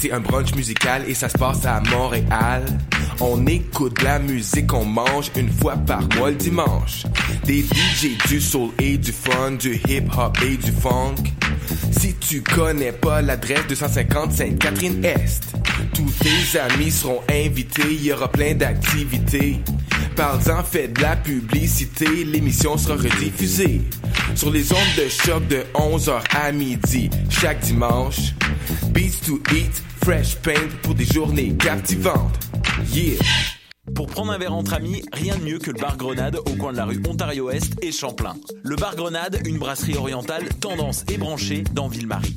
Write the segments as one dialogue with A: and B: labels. A: c'est un brunch musical et ça se passe à Montréal. On écoute de la musique, on mange une fois par mois le dimanche. Des DJ du soul et du fun, du hip hop et du funk. Si tu connais pas l'adresse 250 Sainte-Catherine Est, tous tes amis seront invités, il y aura plein d'activités. Parle-en, fais de la publicité, l'émission sera rediffusée. Sur les ondes de choc de 11h à midi, chaque dimanche. Beats to eat, fresh paint pour des journées captivantes. Yeah!
B: Pour prendre un verre entre amis, rien de mieux que le bar Grenade au coin de la rue Ontario-Est et Champlain. Le bar Grenade, une brasserie orientale tendance et branchée dans Ville-Marie.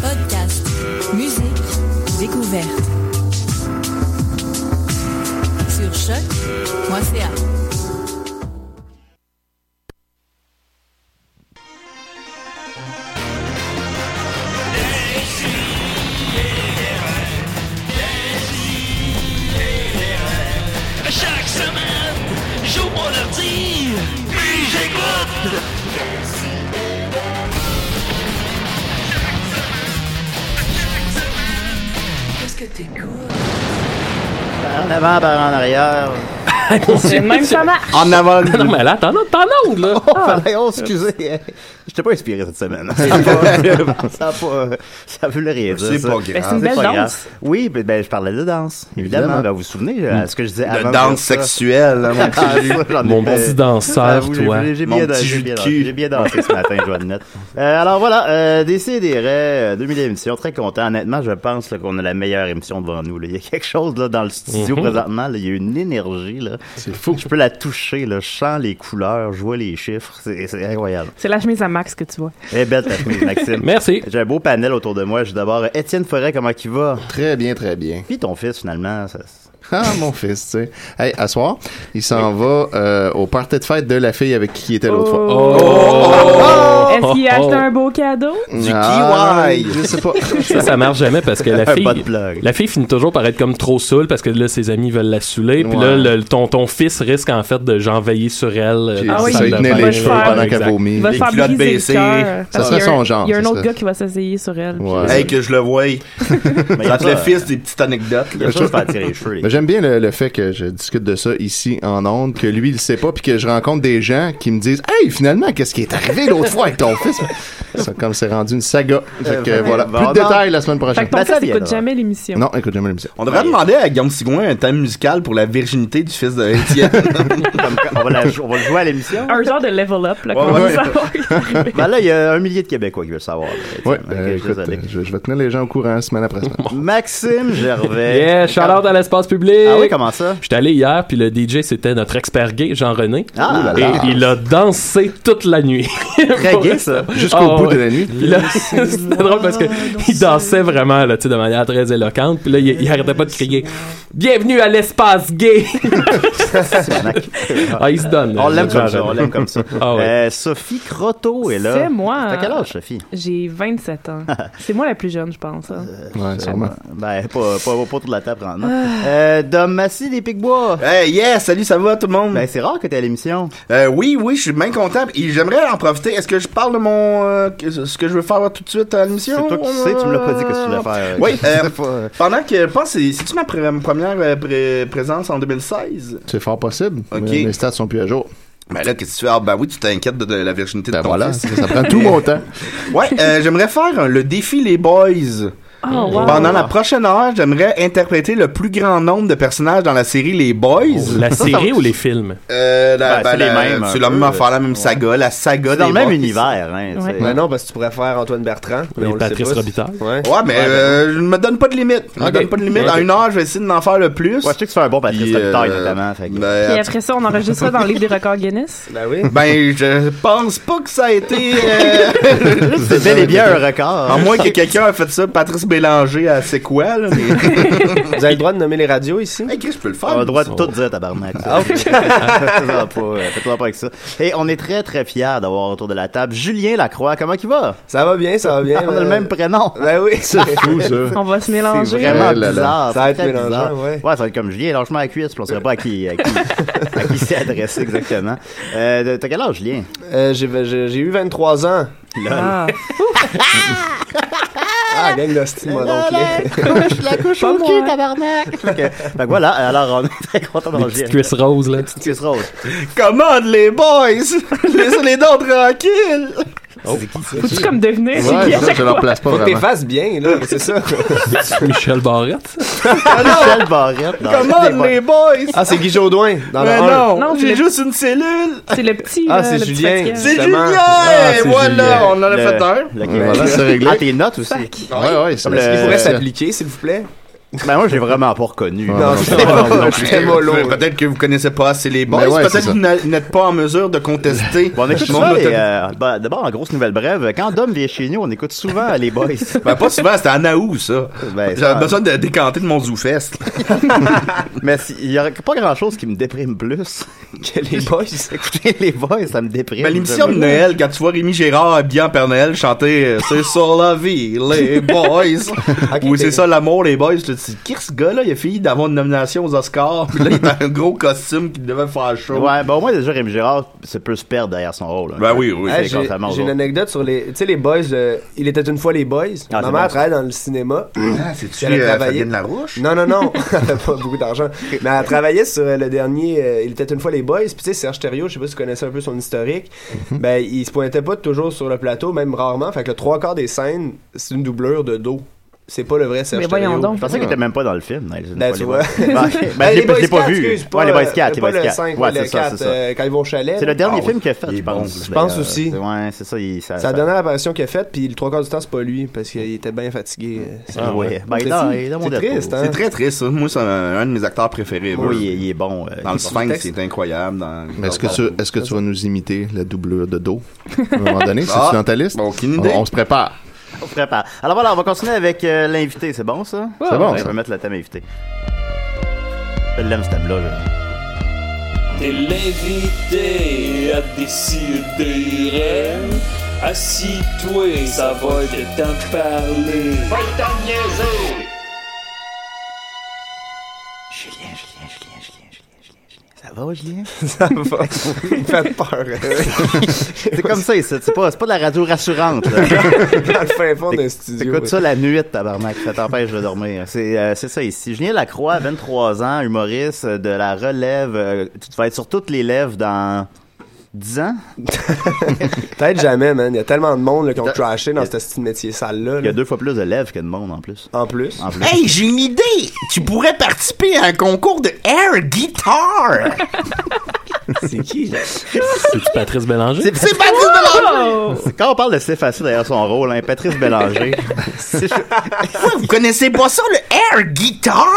C: Podcast, musique, découverte. Sur choc.ca.
D: Chaque semaine, j'ouvre mon ordi, puis j'écoute.
E: Qu'est-ce que t'écoutes?
F: En avant, par en arrière.
E: C'est le même ça marche.
F: En avant.
G: Non, mais là, t'en as, t'en as où, là?
F: Oh,
H: Ah.
F: fallait- oh, excusez. Je t'ai pas inspiré cette semaine. ça, a pas- ça, a pas- ça voulait rien dire.
H: C'est
F: ça.
H: pas grave. Ben, c'est une
F: C'est
H: belle
F: pas
H: danse.
F: grave. Oui, ben, ben, je parlais de danse. Évidemment.
H: Évidemment.
F: Ben, vous vous souvenez euh, ce que je disais avant?
H: danse sexuelle, hein, mon
F: Ah,
H: petit jus.
G: Mon petit danseur, toi.
F: J'ai
G: Mon
F: bien,
G: petit jus
F: j'ai
G: de
F: bien,
G: cul.
F: j'ai bien dansé ce matin, je dois admettre. Euh, alors voilà, euh, Décidérez, euh, 2000 émissions, très content. Honnêtement, je pense là, qu'on a la meilleure émission devant nous. là. Il y a quelque chose là, dans le studio
G: Mhm.
F: présentement, là, il y a une énergie. Là. C'est fou. Je peux la toucher, là. je sens les couleurs, je vois les chiffres, c'est, c'est incroyable.
I: C'est la chemise à Max que tu vois.
F: Eh belle ta chemise, Maxime. Merci. J'ai un beau panel autour de moi. J'ai d'abord euh, Étienne Forêt, comment il va? Très bien, très bien. Puis ton fils, finalement. ça-
H: Ah, mon fils, tu sais. Hey, à soir, il s'en va euh, au party de fête de la fille avec qui il était l'autre fois.
J: Oh!
F: Oh!
I: Est-ce qu'il a acheté un beau cadeau?
H: Ah, Je sais pas.
G: Ça, ça marche jamais parce que la
H: Un
G: fille,
H: bas de
G: la fille finit toujours par être comme trop saoule parce que là, ses amis veulent la saouler. Puis là,
H: Ouais.
G: le, ton, ton fils risque en fait de genre veiller sur elle. euh,
H: Puis Ah oui, ça lui tenait les cheveux pendant qu'elle vomit.
I: Va se faire briser le cœur.
G: Ça
I: Parce
G: serait
I: qu'il y a
G: son
I: un-
G: genre,
I: Il y a un
G: ça
I: autre
G: serait-
I: gars qui va s'essayer sur elle. puis-
J: Hey, que je le voie.
H: Ben, y a
J: Quand
H: pas- euh,
J: le fils, des petites anecdotes.
H: Mais je- Mais j'aime bien le, le fait que je discute de ça ici en ondes, que lui il sait pas, puis que je rencontre des gens qui me disent Hey, finalement, qu'est-ce qui est arrivé l'autre fois avec ton fils Ça, Comme c'est rendu une saga. Fait que,
I: Euh,
H: voilà.
I: bon,
H: Plus de
I: non.
H: détails la semaine
I: Fait
H: prochaine.
I: que ton fils n'écoute jamais l'émission.
H: Non, écoute jamais la musique.
J: On devrait demander à Guillaume Sigouin un thème musical pour la virginité du fils de Étienne.
F: on, va la- on va le jouer à l'émission.
I: Un genre de level up, là, qu'on
F: Ouais,
I: va
F: ouais.
I: savoir.
F: ben là, il y a un millier de Québécois qui veulent savoir. là, Étienne.
H: Ouais,
F: Ok,
H: ben,
F: je suis
H: écoute,
F: désolé.
H: euh, je, je vais tenir les gens au courant semaine après semaine.
F: Maxime Gervais.
G: Yeah, shout-out à l'espace public.
F: Ah oui, comment ça?
G: J'étais allé hier, puis le DJ, c'était notre expert gay, Jean-René.
F: Ah,
G: et
F: là là.
G: il a dansé toute la nuit.
F: Très gay, ça.
H: Jusqu'au
I: Ah,
H: bout de la nuit.
G: Ah Puis là, c'était drôle parce que il dansait vraiment, là, tu sais, de manière très éloquente. Puis là, il, il arrêtait pas de crier « Bienvenue à l'espace gay! » Ah, il se donne.
F: On
G: là,
F: l'aime comme
G: Jean-René.
F: ça, on l'aime comme ça.
G: Ah ouais.
F: Euh, Sophie Croteau est là.
I: C'est moi. hein. euh,
F: T'as quel âge, Sophie?
I: J'ai 27 ans. C'est moi la plus jeune, je pense. hein.
F: Ouais, sûrement. Ben, pas, pas, pas autour de la table, vraiment. Euh, Dom Massy des Picbois.
J: Hey, yeah, salut, ça va tout le monde?
F: Ben, c'est rare que t'es à l'émission.
J: Euh, oui, oui, je suis bien content et j'aimerais en profiter. Est-ce que je parle de mon. euh, que- ce que je veux faire tout de suite à l'émission?
F: C'est toi qui sais, tu me l'as pas dit que tu voulais faire.
J: Oui, euh, pendant que. Je pense que c'est- c'est-tu ma pr- première euh, pré- présence en 2016?
H: C'est fort possible.
J: Ok.
H: Mais mes stats sont plus à jour.
J: Ben là, qu'est-ce que tu fais? Ah, ben oui, tu t'inquiètes de, de la virginité de ton
H: Ben voilà,
J: fils.
H: ça, ça prend tout mon temps.
J: Ouais, euh, j'aimerais faire un- le défi les boys.
I: Oh, wow.
J: Pendant la prochaine heure, j'aimerais interpréter le plus grand nombre de personnages dans la série Les Boys.
G: Oh, La
J: Ça, ça
G: série
J: va-
G: ou les films?
J: Euh, la-
F: Ben,
J: ben,
F: c'est les
J: la-
F: mêmes, un
J: C'est la
F: peu,
J: même
F: là.
J: affaire, la même saga, la saga
F: C'est dans
J: des
F: le même
J: Boys.
F: univers, hein, tu sais. Ouais.
K: Ben non, parce que tu pourrais faire Antoine Bertrand. mais
J: Et
K: on le
J: Patrice
K: sait pas.
J: Robitaille.
K: Ouais,
J: Ouais, mais
F: ben-
J: euh, je ne me donne pas de limite. Je me
K: Ok.
J: donne pas de limite.
K: Ok.
J: En une heure, je vais essayer d'en faire le plus. euh, ben, Ouais, je
F: sais que tu fais un bon Patrice Robitaille, notamment, fait que-
I: Puis après ça, on enregistre ça dans le livre des records Guinness.
K: Euh, Ben oui.
J: Ben, je pense pas que ça a été. euh,
F: C'est bel et bien un record.
J: À moins que quelqu'un a fait ça, Patrice Bélanger à c'est quoi, là, mais...
K: Vous avez le droit de nommer les radios ici?
J: Hey, Chris, je peux le faire.
F: On a le droit de
J: Oh.
F: tout dire, tabarnak.
K: Ah, ok.
F: Ça va pas, euh, Fais-toi pas avec ça. Et on est très, très fiers d'avoir autour de la table Julien Lacroix. Comment il va?
K: Ça va bien, ça va bien.
F: on a le
K: euh,
F: même prénom.
K: Ben oui.
F: C'est fou, ça.
I: On va se mélanger.
F: C'est vraiment
K: Ouais, là, là.
F: bizarre.
K: Ça va
F: c'est
K: être
F: très
K: mélangeant,
F: bizarre.
K: ouais.
F: ça va être comme Julien, lâche-moi la cuisse, puis on ne pas à qui, à qui, à qui c'est adressé exactement. Euh, T'as quel âge, Julien?
K: Euh, j'ai, j'ai- j'ai eu 23 ans.
F: Lol.
K: Ah, gang d'hostie, mon oncle.
F: couche, la couche
K: Pas
F: au
K: moi.
F: cul, tabarnak. Fait que- fait que voilà, alors on est très content d'avoir Julien.
G: Cuisse rose, là.
F: Petite cuisse rose.
J: Commande les boys! Laissez-les dents tranquilles!
G: Oh.
I: Faut-tu comme devenir?
H: Ouais,
I: c'est qui à
H: ça,
I: chaque
H: je leur
I: fois?
H: place pas
K: Faut que
H: vraiment.
K: t'effaces bien, là, c'est ça.
G: Michel Barrette.
J: Ah,
F: Michel Barrette. dans-
J: Commande les boys!
K: Ah, c'est Guy Jodoin, dans
J: Mais
K: le un.
J: non!
I: Non, c'est
J: J'ai
I: le-
J: juste une cellule!
I: C'est le petit.
K: Ah,
I: là,
K: c'est
I: le petit
K: Julien,
I: fatigué.
J: C'est
K: Justement.
J: Julien!
K: Ah, c'est
J: voilà,
K: Julien.
J: on en a
F: Le-
J: fait un!
F: le-
H: Voilà, c'est réglé.
F: Ah, tes notes aussi.
H: Ouais, ouais, c'est
F: Comme
K: Est-ce qu'il
F: le-
K: pourrait s'appliquer, s'il vous plaît?
F: Ben moi, j'ai vraiment pas reconnu.
K: Non,
F: Non,
K: c'est pas
F: non,
K: je suis
J: Mais-
K: très mollo.
J: mais Peut-être que vous connaissez pas assez les
F: Ben
J: boys,
H: Mais ouais, c'est
J: peut-être
H: ça.
J: que vous n'a- n'êtes pas en mesure de contester.
F: Bon, on écoute
J: mon
F: souvent les,
J: auto-
F: euh, ben, D'abord, en grosse nouvelle brève, quand Dom vient chez nous, on écoute souvent les boys.
J: Ben, pas souvent, c'était à Naou, ça.
F: Ben, ça-
J: J'avais besoin de décanter de mon zoufest.
F: Mais si- il y a pas grand-chose qui me déprime plus que les boys. Écoutez, les boys, ça me déprime.
J: Ben, l'émission de Noël, quand tu vois Rémi Gérard habillé en Père Noël chanter euh, C'est sur la vie, les boys. Ou c'est ça l'amour, les boys. Tu te dis, qui ce gars-là, il a fini d'avoir une nomination aux Oscars. Puis là, il a un gros costume qui devait faire chaud.
F: Ouais, ben au moins, déjà, Rémi Gérard se peut se perdre derrière son rôle. hein.
J: Ben oui, oui.
K: Ah,
F: C'est
K: j'ai,
F: contrairement aux
K: j'ai une
F: autres.
K: anecdote sur les. Tu sais, les boys, euh, il était une fois les boys.
F: Ah,
K: Ma
F: c'est
K: mère
F: bon.
K: travaillait dans le cinéma.
J: Ah, c'est-tu
K: Elle a
J: euh,
K: travaillé.
J: Fabienne Larouche?
K: Non, non, non. elle avait pas beaucoup d'argent. Mais elle travaillait sur euh, le dernier euh, Il était une fois les boys. Puis tu sais, Serge Thériault, je sais pas si tu connaissais un peu son historique. ben, il se pointait pas toujours sur le plateau, même rarement. Fait que le trois quarts des scènes, c'est une doublure de dos. C'est pas le vrai Serge
I: Mais voyons
K: Thériault.
I: donc.
F: Je pensais qu'il était même pas dans le film. Noël, une
K: Ben,
F: fois,
K: tu
F: les
K: vois.
F: boys. Ben, ok. Ben, je l'ai- je l'ai pas
K: Scats,
F: vu.
K: excuse, pas,
F: Ouais, les Boys
K: euh,
F: 4, les
K: pas
F: Boys
K: le
F: 4.
K: 5,
F: Ouais,
K: le
F: c'est ça,
K: 4,
F: c'est ça.
K: euh, quand ils vont au chalet.
F: C'est
K: là. Ah,
F: le dernier film qu'il a fait,
J: il est
F: je
J: bon,
F: pense.
K: je pense
F: Mais, euh,
K: aussi.
F: c'est- Ouais, c'est ça. il- ça-
K: C'est la
F: ça-
K: dernière apparition qu'il a faite, puis le trois quarts du temps, c'est pas lui, parce qu'il était bien fatigué. C'est
F: Ah ouais. Ben, il est dans- il est dans mon
K: C'est
F: dépôt.
K: triste, hein?
J: C'est très triste. ça. Moi, c'est un, un de mes acteurs préférés. moi.
F: Oui, il est- il est bon. euh,
J: Dans le Sphinx,
K: contexte.
J: c'est incroyable. Dans...
H: Mais Est-ce que, tu, est que tu vas nous imiter la doublure de dos à un moment donné? C'est-tu
J: Ah,
H: dans ta liste?
J: aucune idée.
H: On, on se prépare.
F: On se prépare. Alors voilà, on va continuer avec euh, l'invité. C'est bon, ça?
H: C'est bon,
F: On
H: ça.
F: va mettre le thème invité. Je l'aime, ce thème-là. là.
L: T'es l'invité à décider. Assis-toi, ça va être temps de parler. Va t'en niaiser!
F: Julien, Julien, Julien, Julien, Julien, Julien, Julien. Ça va, Julien?
K: Ça va. Il fait peur. hein.
F: c'est comme ça, ici. c'est pas, c'est pas de la radio rassurante. là.
K: Dans le fin fond d'un studio.
F: T'écoutes ça la nuit, tabarnak. Ça t'empêche de dormir. C'est euh, c'est ça ici. Julien Lacroix, 23 ans, humoriste euh, de la relève. euh, tu te vas être sur toutes les lèvres dans 10 ans.
K: Peut-être jamais, man. Il y a tellement de monde là, qui ont
F: Ah. T'as-
K: trashé dans
F: y a-
K: ce style métier sale-là.
F: Il y a
K: là.
F: deux fois plus de lèvres que de monde, en plus.
K: En plus.
F: En plus.
J: Hey, j'ai une idée! Tu pourrais participer à un concours de air guitar!
K: C'est qui, là?
G: C'est-tu Patrice Bélanger?
F: C'est-
J: C'est Patrice Bélanger!
K: Oh!
F: Quand on parle de c'est facile derrière son rôle, hein, Patrice Bélanger,
J: Pourquoi vous connaissez pas ça, le air guitar?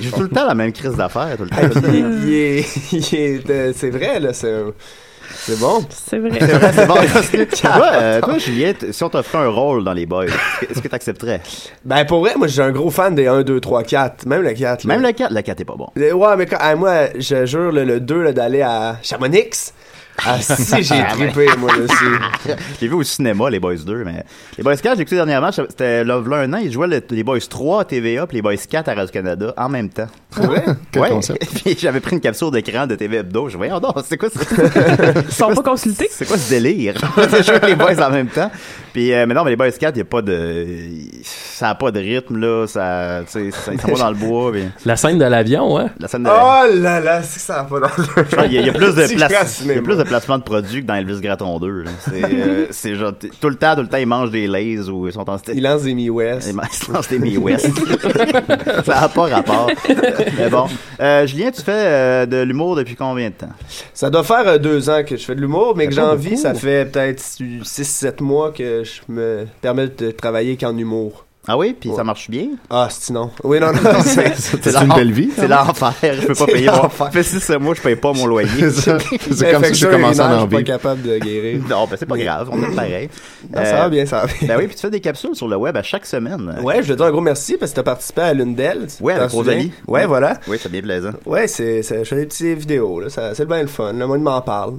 F: j'ai tout le temps la même crise d'affaires. tout le temps.
K: Ah, puis
I: Mm.
K: il, il est. il est, euh, c'est vrai, là. C'est, c'est bon.
I: C'est vrai.
F: C'est vrai, c'est bon. toi, euh, toi, Julien, t- si on t'offrait un rôle dans les boys, est-ce que- est-ce que t'accepterais?
K: Ben, pour vrai, moi, j'ai un gros fan des 1, 2, 3, 4. Même le 4. là.
F: Même le 4, le 4 est pas bon.
K: Le- Ouais, mais quand, ah, moi, je jure, le, le 2, là, d'aller à Chamonix. Ah, si, j'ai trippé, moi, dessus.
F: ben. J'ai vu au cinéma les Boys 2, mais les Boys 4, j'ai écouté dernièrement, je- c'était là, v'là un an, ils jouaient le- les Boys 3 à TVA puis les Boys 4 à Radio-Canada en même temps.
G: Ah
K: Ouais.
H: Quel
F: Ouais.
H: concept.
F: puis j'avais pris une capture d'écran de TV Hebdo, je voyais, oh non, c'est quoi ça?
I: Ils sont pas consultés.
F: C'est quoi ce délire? C'est jouer les boys en même temps. Puis, euh, mais non, mais les Boy Scouts, il a pas de. Ça a pas de rythme, là. Ça, tu sais, ça- ils sont pas dans le bois. puis-
G: La scène de l'avion, hein?
F: La scène de
K: Oh là là, c'est que ça va pas dans le.
F: Genre, Ah, Il y, a- il y a plus de
K: Si je
F: place-
K: fais un cinéma.
F: il y a plus de placement de produits que dans Elvis Graton 2. là. C'est euh, c'est genre t- tout le temps, tout le temps, ils mangent des lays ou ils sont en Ils
K: lancent des Mi West.
F: Ils, man- ils lancent des Mi West. ça n'a pas rapport. Mais bon, Euh, Julien, tu fais euh, de l'humour depuis combien de temps
K: Ça doit faire euh, deux ans que je fais de l'humour, mais que
F: Ça fait
K: j'en vis,
F: beaucoup.
K: ça fait peut-être 6-7 mois que je me permets de travailler qu'en humour.
F: Ah oui, puis ça marche bien?
K: Ah, sinon. Oui, non, non, c'est
F: C'est l'en- C'est l'enfer. Je peux pas
K: C'est
F: payer mon.
K: l'enfer.
F: Fait six mois, je paye pas mon loyer.
K: C'est ça. C'est comme si j'ai commencé à en vivre. capable de guérir.
F: Non, ben c'est pas grave, on est pareil.
K: Non, ça va bien, ça va
F: Ben oui, puis tu fais des capsules sur le web à chaque semaine.
K: Ouais, je veux dire un gros merci parce que t'as participé à l'une d'elles.
F: Ouais, avec
K: T'en souviens?
F: Rosalie.
K: Ouais, voilà.
F: Oui, c'est bien plaisant.
K: Ouais, c'est, c'est- je fais des petites vidéos, là. Ça- c'est bien le fun. Le monde m'en parle.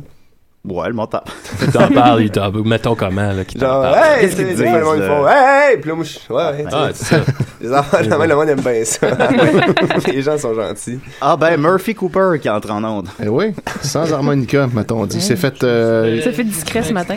F: Ouais, le monde t'en
G: Il t'en parle, il t'en Mettons comment, là, qu'il t'en
F: Ah,
K: Genre,
G: parle.
K: hey, Ah, c'est hein?
G: disent,
K: le monde ils font,
G: euh?
K: hey, hey, puis là, moi, je- ouais, ouais,
G: Ah,
K: tu sais.
G: c'est ça.
K: Les enfants, le monde- le monde aime bien ça. Les gens sont gentils.
F: Ah ben, Murphy Cooper qui entre en onde.
H: Eh oui, sans harmonica, mettons. dit. Il s'est fait, euh,
I: Ça fait discret ce matin.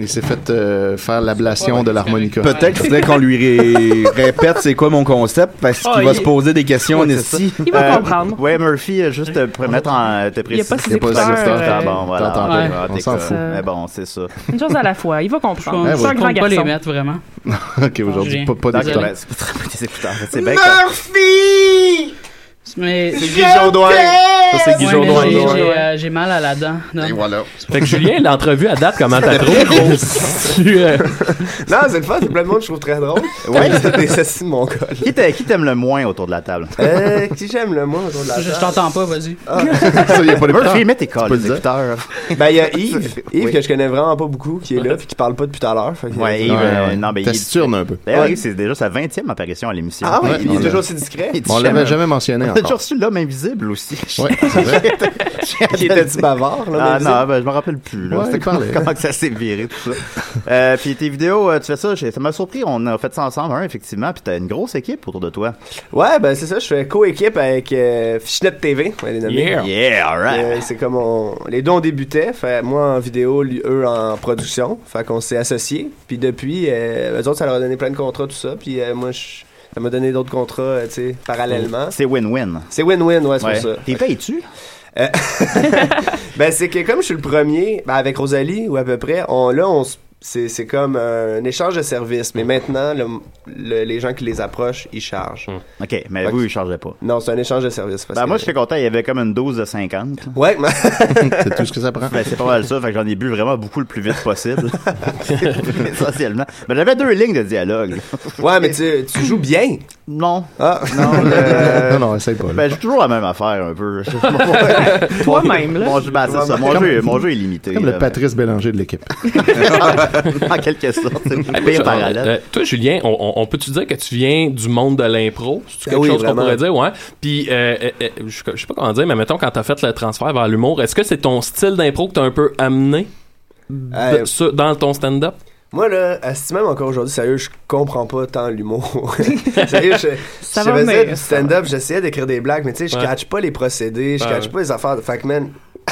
H: il s'est fait euh, faire l'ablation de l'harmonica.
J: Peut-être qu'il faudrait qu'on lui ré- répète c'est quoi mon concept parce qu'il
F: Ah,
J: va
F: il-
J: se poser des questions en esti.
F: Euh, Ouais, Murphy, euh, juste euh, pour mettre en. Te préciser.
I: pas ses Il y a pas ses écouteurs, écouteurs. euh,
F: bon, voilà.
I: T'entends pas.
F: Ah,
I: On
F: t'es
I: s'en
F: ça.
I: fout.
F: Mais bon, c'est ça.
I: Une chose à la fois. Il va
G: Ah,
I: comprendre.
F: Ouais,
I: C'est un
F: ouais.
I: grand
F: Compte pas
I: garçon.
F: les mettre,
I: vraiment.
H: ok, aujourd'hui, pas, pas
F: D'accord,
H: d'écouteurs.
F: ben, c'est pas très- des écouteurs. C'est bien correct.
M: Murphy! Mais
F: C'est Guy Jourdain.
G: Ça, c'est Guy
M: Ouais,
G: Jourdain.
M: mais j'ai-
G: Jourdain.
M: j'ai, euh, J'ai mal à la dent. Non.
G: Fait que Julien, l'entrevue à date, comment t'as
K: Ça
G: trouvé?
K: devrait
G: Tu, euh,
K: Non, c'est le fun, c'est plein de monde, je trouve très drôle.
F: Ouais.
K: des assassins mongols.
F: Qui t'a- qui t'aime le moins autour de la table?
K: Euh, qui j'aime le moins autour de la
M: Je- je
K: table? Ah.
M: t'entends pas, vas-y.
F: Ça, y a pas d'écouteurs. Murphy, mets tes câbles, les écouteurs.
K: Ben, il y a Yves, Yves
F: Oui.
K: que je connais vraiment pas beaucoup, qui est là, puis qui parle pas depuis tout à l'heure. fait que-
F: Ouais, Yves, euh, non, mais
H: Taciturne un peu.
F: D'ailleurs,
K: Ouais.
F: Yves, c'est déjà sa 20e apparition à l'émission.
K: Ah oui, il est
F: on
K: toujours
F: l'a-
K: aussi discret.
F: Il dit
H: On l'avait jamais mentionné
F: On a
H: encore.
F: toujours reçu l'homme invisible aussi.
H: Ouais, c'est vrai.
K: Il était-tu bavard, l'homme
F: Ah
K: invisible?
F: non, ben, je me rappelle plus. Là.
K: Ouais,
F: C'était
K: il
F: comment,
K: parlait.
F: comment que ça s'est viré, tout ça. euh, puis tes vidéos, euh, tu fais ça, j'ai- ça m'a surpris. On a fait ça ensemble, hein, effectivement. Puis t'as une grosse équipe autour de toi.
K: Ouais, ben c'est ça, je fais co-équipe avec euh, Fichenette TV, on va les nommer.
F: Yeah. Yeah, alright.
K: Euh, c'est comme on... Les deux, on débutait, fait, moi en vidéo, lui- eux en production, fait qu'on s'est associés, puis depuis, euh, eux autres, ça leur a donné plein de contrats, tout ça, puis euh, moi, je- ça m'a donné d'autres contrats, euh, tu sais, parallèlement.
F: C'est win-win.
K: C'est win-win, ouais, c'est
F: Ouais.
K: pour ça.
F: T'es payé-tu?
K: Euh, ben, c'est que comme je suis le premier, ben, avec Rosalie, ou à peu près, on, là, on s- c'est, c'est comme un, échange de services. Mais maintenant, le- le- les gens qui les approchent, ils chargent.
F: OK, mais vous, ils chargeaient pas.
K: Non, c'est un échange de services. parce
F: Hmm. Ben,
K: que-
F: moi, je suis content. Il y avait comme une dose de 50.
K: Ouais, mais-
H: c'est tout ce que ça prend.
F: Ben, c'est pas mal ça. Fait que j'en ai bu vraiment beaucoup le plus vite possible. Essentiellement. Ben, j'avais deux lignes de dialogue.
K: ouais, mais tu, tu joues bien.
F: Non.
K: Ah.
F: Non, euh,
H: Non, non, essaye pas. là.
F: Ben, j'ai toujours la même affaire, un peu.
H: Toi-même, là.
F: Mon jeu, ben, c'est ça. Mon
H: Comme-
F: jeu, mon jeu est limité.
H: Comme
F: là.
H: le Patrice Bélanger de l'équipe.
F: en quelque sorte. c'est
G: Ah,
F: bien
G: genre,
F: parallèle.
G: euh, toi, Julien, on, on- on peut-tu dire que tu viens du monde de l'impro? C'est quelque
F: Ah Oui,
G: chose qu'on
F: vraiment.
G: pourrait dire, ouais. Puis, euh, euh, euh, je je sais pas comment dire, mais mettons, quand t'as fait le transfert vers l'humour, est-ce que c'est ton style d'impro que t'as un peu amené de-
K: Euh,
G: sur- dans ton stand-up?
K: Moi, là, à ce même encore aujourd'hui, sérieux, je comprends pas tant l'humour. sérieux, je,
I: Ça
K: je
I: va
K: faisais
I: venir, ça
K: du stand-up, j'essayais d'écrire des blagues, mais tu sais, je
I: Ouais.
K: catch pas les procédés, je
I: Ouais,
K: catch
I: ouais.
K: pas les affaires. de- Fait que, man,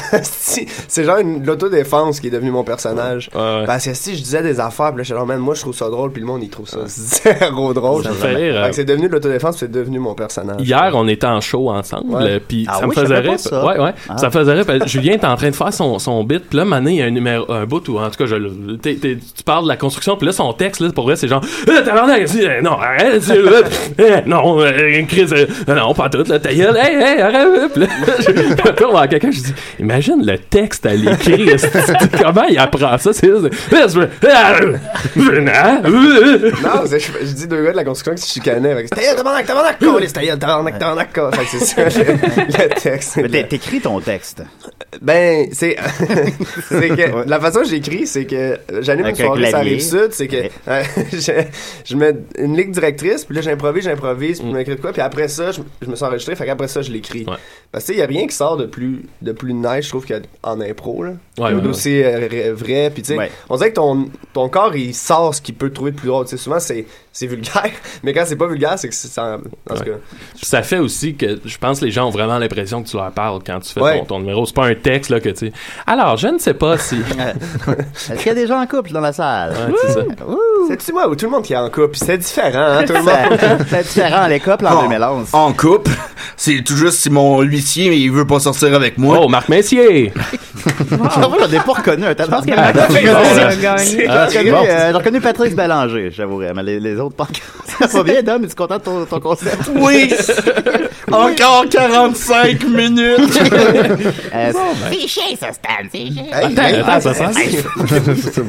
K: si, c'est genre une, l'autodéfense qui est devenue mon personnage. Parce que si je disais des affaires, puis là, j'étais genre, man, moi, je trouve ça drôle, puis le monde, il trouve ça zéro drôle.
G: Ça me fait rire,
K: Fait
G: euh.
K: que c'est devenu de l'autodéfense, puis c'est devenu mon personnage.
G: Hier, on était en show ensemble,
K: Ouais.
G: euh, puis
K: Ah
G: ça
K: oui,
G: me
K: je
G: faisait
K: savais pas
G: rire.
K: ça.
G: Ouais, ouais.
K: Ah.
G: Ça me faisait rire. parce que Julien est en train de faire son, son bit, puis là, maintenant, il y a un numéro, un bout où, en tout cas, je, le- t'es- t'es- tu parles de la construction, puis là, son texte, là, pour vrai, c'est genre, euh, tabarnak, si, euh, non, arrête, si, euh, euh, non, euh, une crise, euh, non, non, pas toute, là, ta gueule, hey, hey, arrête, euh, puis là, je je me tourne vers quelqu'un, je dis, imagine le texte à l'écrit, est-ce que- comment il apprend ça, c'est juste, euh, euh, euh, euh, euh,
K: Non, c'est- je, je dis deux gars de la construction qui se chicanaient avec T'as gueule, tabarnak, tabarnak, câlisse, ta gueule, tabarnak, tabarnak, câlisse. Fait que c'est ça, le, le texte.
F: Mais t'é- t'écris ton texte.
K: Ben, c'est. c'est que la façon que j'écris, c'est que j'anime une
F: Avec un
K: soirée, ça
F: clavier.
K: arrive sud, c'est que je, je mets une ligne directrice, puis là j'improvise, j'improvise,
G: Mm.
K: puis je m'écris de quoi, puis après ça, je, je me suis enregistré, fait qu'après ça, je l'écris. Parce que, tu sais, il n'y a rien qui sort de plus, de plus nice nice, je trouve, qu'en impro. Là.
G: Ouais,
K: Ou
G: ouais,
K: d'aussi euh, ré- vrai. Puis, tu sais,
G: Ouais.
K: on dirait que ton, ton corps, il sort ce qu'il peut trouver de plus drôle. Tu sais, souvent, c'est c'est vulgaire, mais quand c'est pas vulgaire, c'est que c'est. ça- En tout
G: Ouais.
K: cas.
G: Puis ça fait aussi que je pense que les gens ont vraiment l'impression que tu leur parles quand tu fais
K: Ouais.
G: ton, ton numéro. C'est pas un texte là que tu. Alors, je ne sais pas si.
F: Est-ce qu'il y a des gens en couple dans la salle?
G: Ouais, c'est ça.
K: C'est-tu moi ou tout le monde qui est en couple? C'était différent, hein, tout le
F: C'est-
K: monde.
F: c'est différent, les couples en 2011.
J: En couple, c'est tout juste si mon huissier, mais il veut pas sortir avec moi.
G: Oh, Marc Messier!
F: Je l'ai pas reconnu un talent.
J: pense que Marc Messier a gagné.
F: J'ai
J: Ah, c'est
F: reconnu,
J: bon.
F: euh, j'ai reconnu Patrice Bélanger, j'avouerais, mais les, les autres pas encore. Ça va bien, Dom, es-tu content de ton, ton concept?
J: Oui! Encore 45 minutes!
F: Euh,
J: ben.
D: C'est chier, ça, Stan, c'est chier.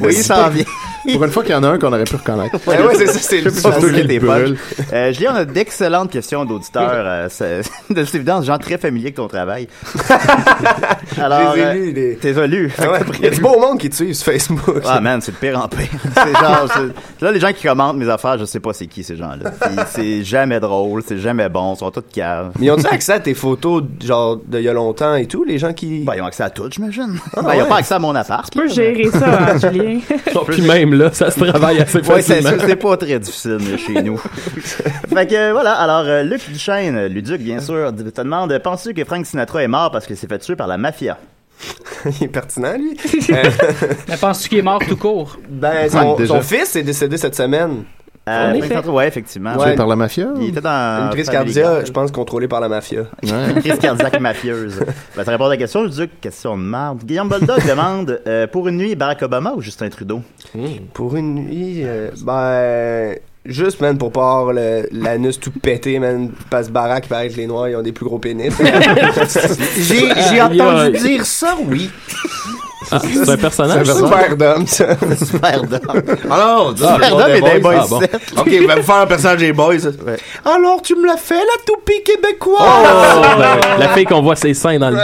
F: Oui, ça en vient.
H: Pour une fois qu'il y en a un qu'on aurait pu reconnaître.
F: Ouais, ouais, c'est ça, c'est
H: Je sais pas toi qui le brûle.
F: Euh, Julien, on a d'excellentes questions d'auditeurs. euh, c'est- de cette évidence, gens très familiers avec ton travail. Alors,
K: Je les ai
F: euh,
K: lus, les-
F: t'es élu.
K: Ah ouais, Il y a du beau monde qui te suit sur Facebook.
F: Ah man, c'est de pire en pire. C'est genre, c'est- là les gens qui commentent mes affaires, je sais pas c'est qui ces gens-là. Puis C'est jamais drôle, c'est jamais bon, ils sont tous caves.
K: Mais ils ont-tu accès à tes photos, genre, d'il y a longtemps et tout, les gens qui. Ah, Ben,
F: ils ont accès à tout, j'imagine. Ben, ils ont pas accès à mon appart.
I: Tu peux gérer ça, hein, Julien.
G: Puis même là, ça se travaille assez
F: Ouais, c'est
G: facilement.
F: sûr, c'est pas très difficile là, chez nous. fait que euh, voilà, alors euh, Luc Duchesne, euh, Luduc bien sûr, d- te demande penses-tu que Frank Sinatra est mort parce qu'il s'est fait tuer par la mafia
K: Il est pertinent, lui.
M: Mais penses-tu qu'il est mort tout court?
K: Ben, son, son fils est décédé cette semaine.
F: Euh, Frank Sinatra, ouais, effectivement.
K: Tué par la
H: mafia?
F: Il était dans
K: Une crise
F: Family
K: cardiaque, je pense, contrôlée par la mafia.
F: Une crise cardiaque mafieuse. Ben, ça répond à la question, Luduc, question de merde. Guillaume Boldock demande euh, pour une nuit, Barack Obama ou Justin Trudeau
K: Pour une nuit, euh, ben. Juste, man, pour pas avoir le- l'anus tout pété, man. Passe baraque, paraît que les noirs, ils ont des plus gros pénis.
J: J'ai- j'ai entendu dire ça, oui.
G: Ah, c'est un personnage.
K: Super d'homme, ça.
F: Super d'homme.
J: Alors, dis-
K: Super
J: bon,
K: Dom
J: des
K: et des
J: boys.
K: Boys
J: Ah, bon.
K: sept.
J: Ok, je vais vous faire un personnage des boys.
K: Alors, tu me l'as fait, la toupie québécoise!
G: Oh, ben
M: Ah,
G: oui. La fille qu'on voit ses seins dans le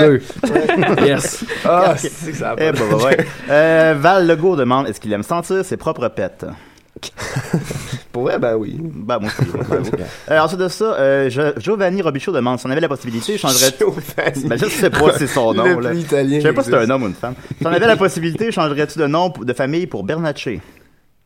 G: 2. Yes.
K: Ah, c'est que ça a pas
F: Eh,
K: de-
F: bah, bah, ouais. Euh, Val Legault demande est-ce qu'il aime sentir ses propres pets
K: Pour vrai, ben oui.
F: Ben, moi aussi. ouais, bravo. Euh, ensuite de ça, euh, Jo- Giovanni Robichaud demande si on avait la possibilité, je changerais.
K: Giovanni.
F: Ben, je sais pas si c'est son nom.
K: Le
F: là.
K: plus italien
F: Je sais pas si
K: qui
F: c'est un
K: existe.
F: homme ou une femme. Si on avait la possibilité, changerais-tu de nom p- de famille pour Bernatche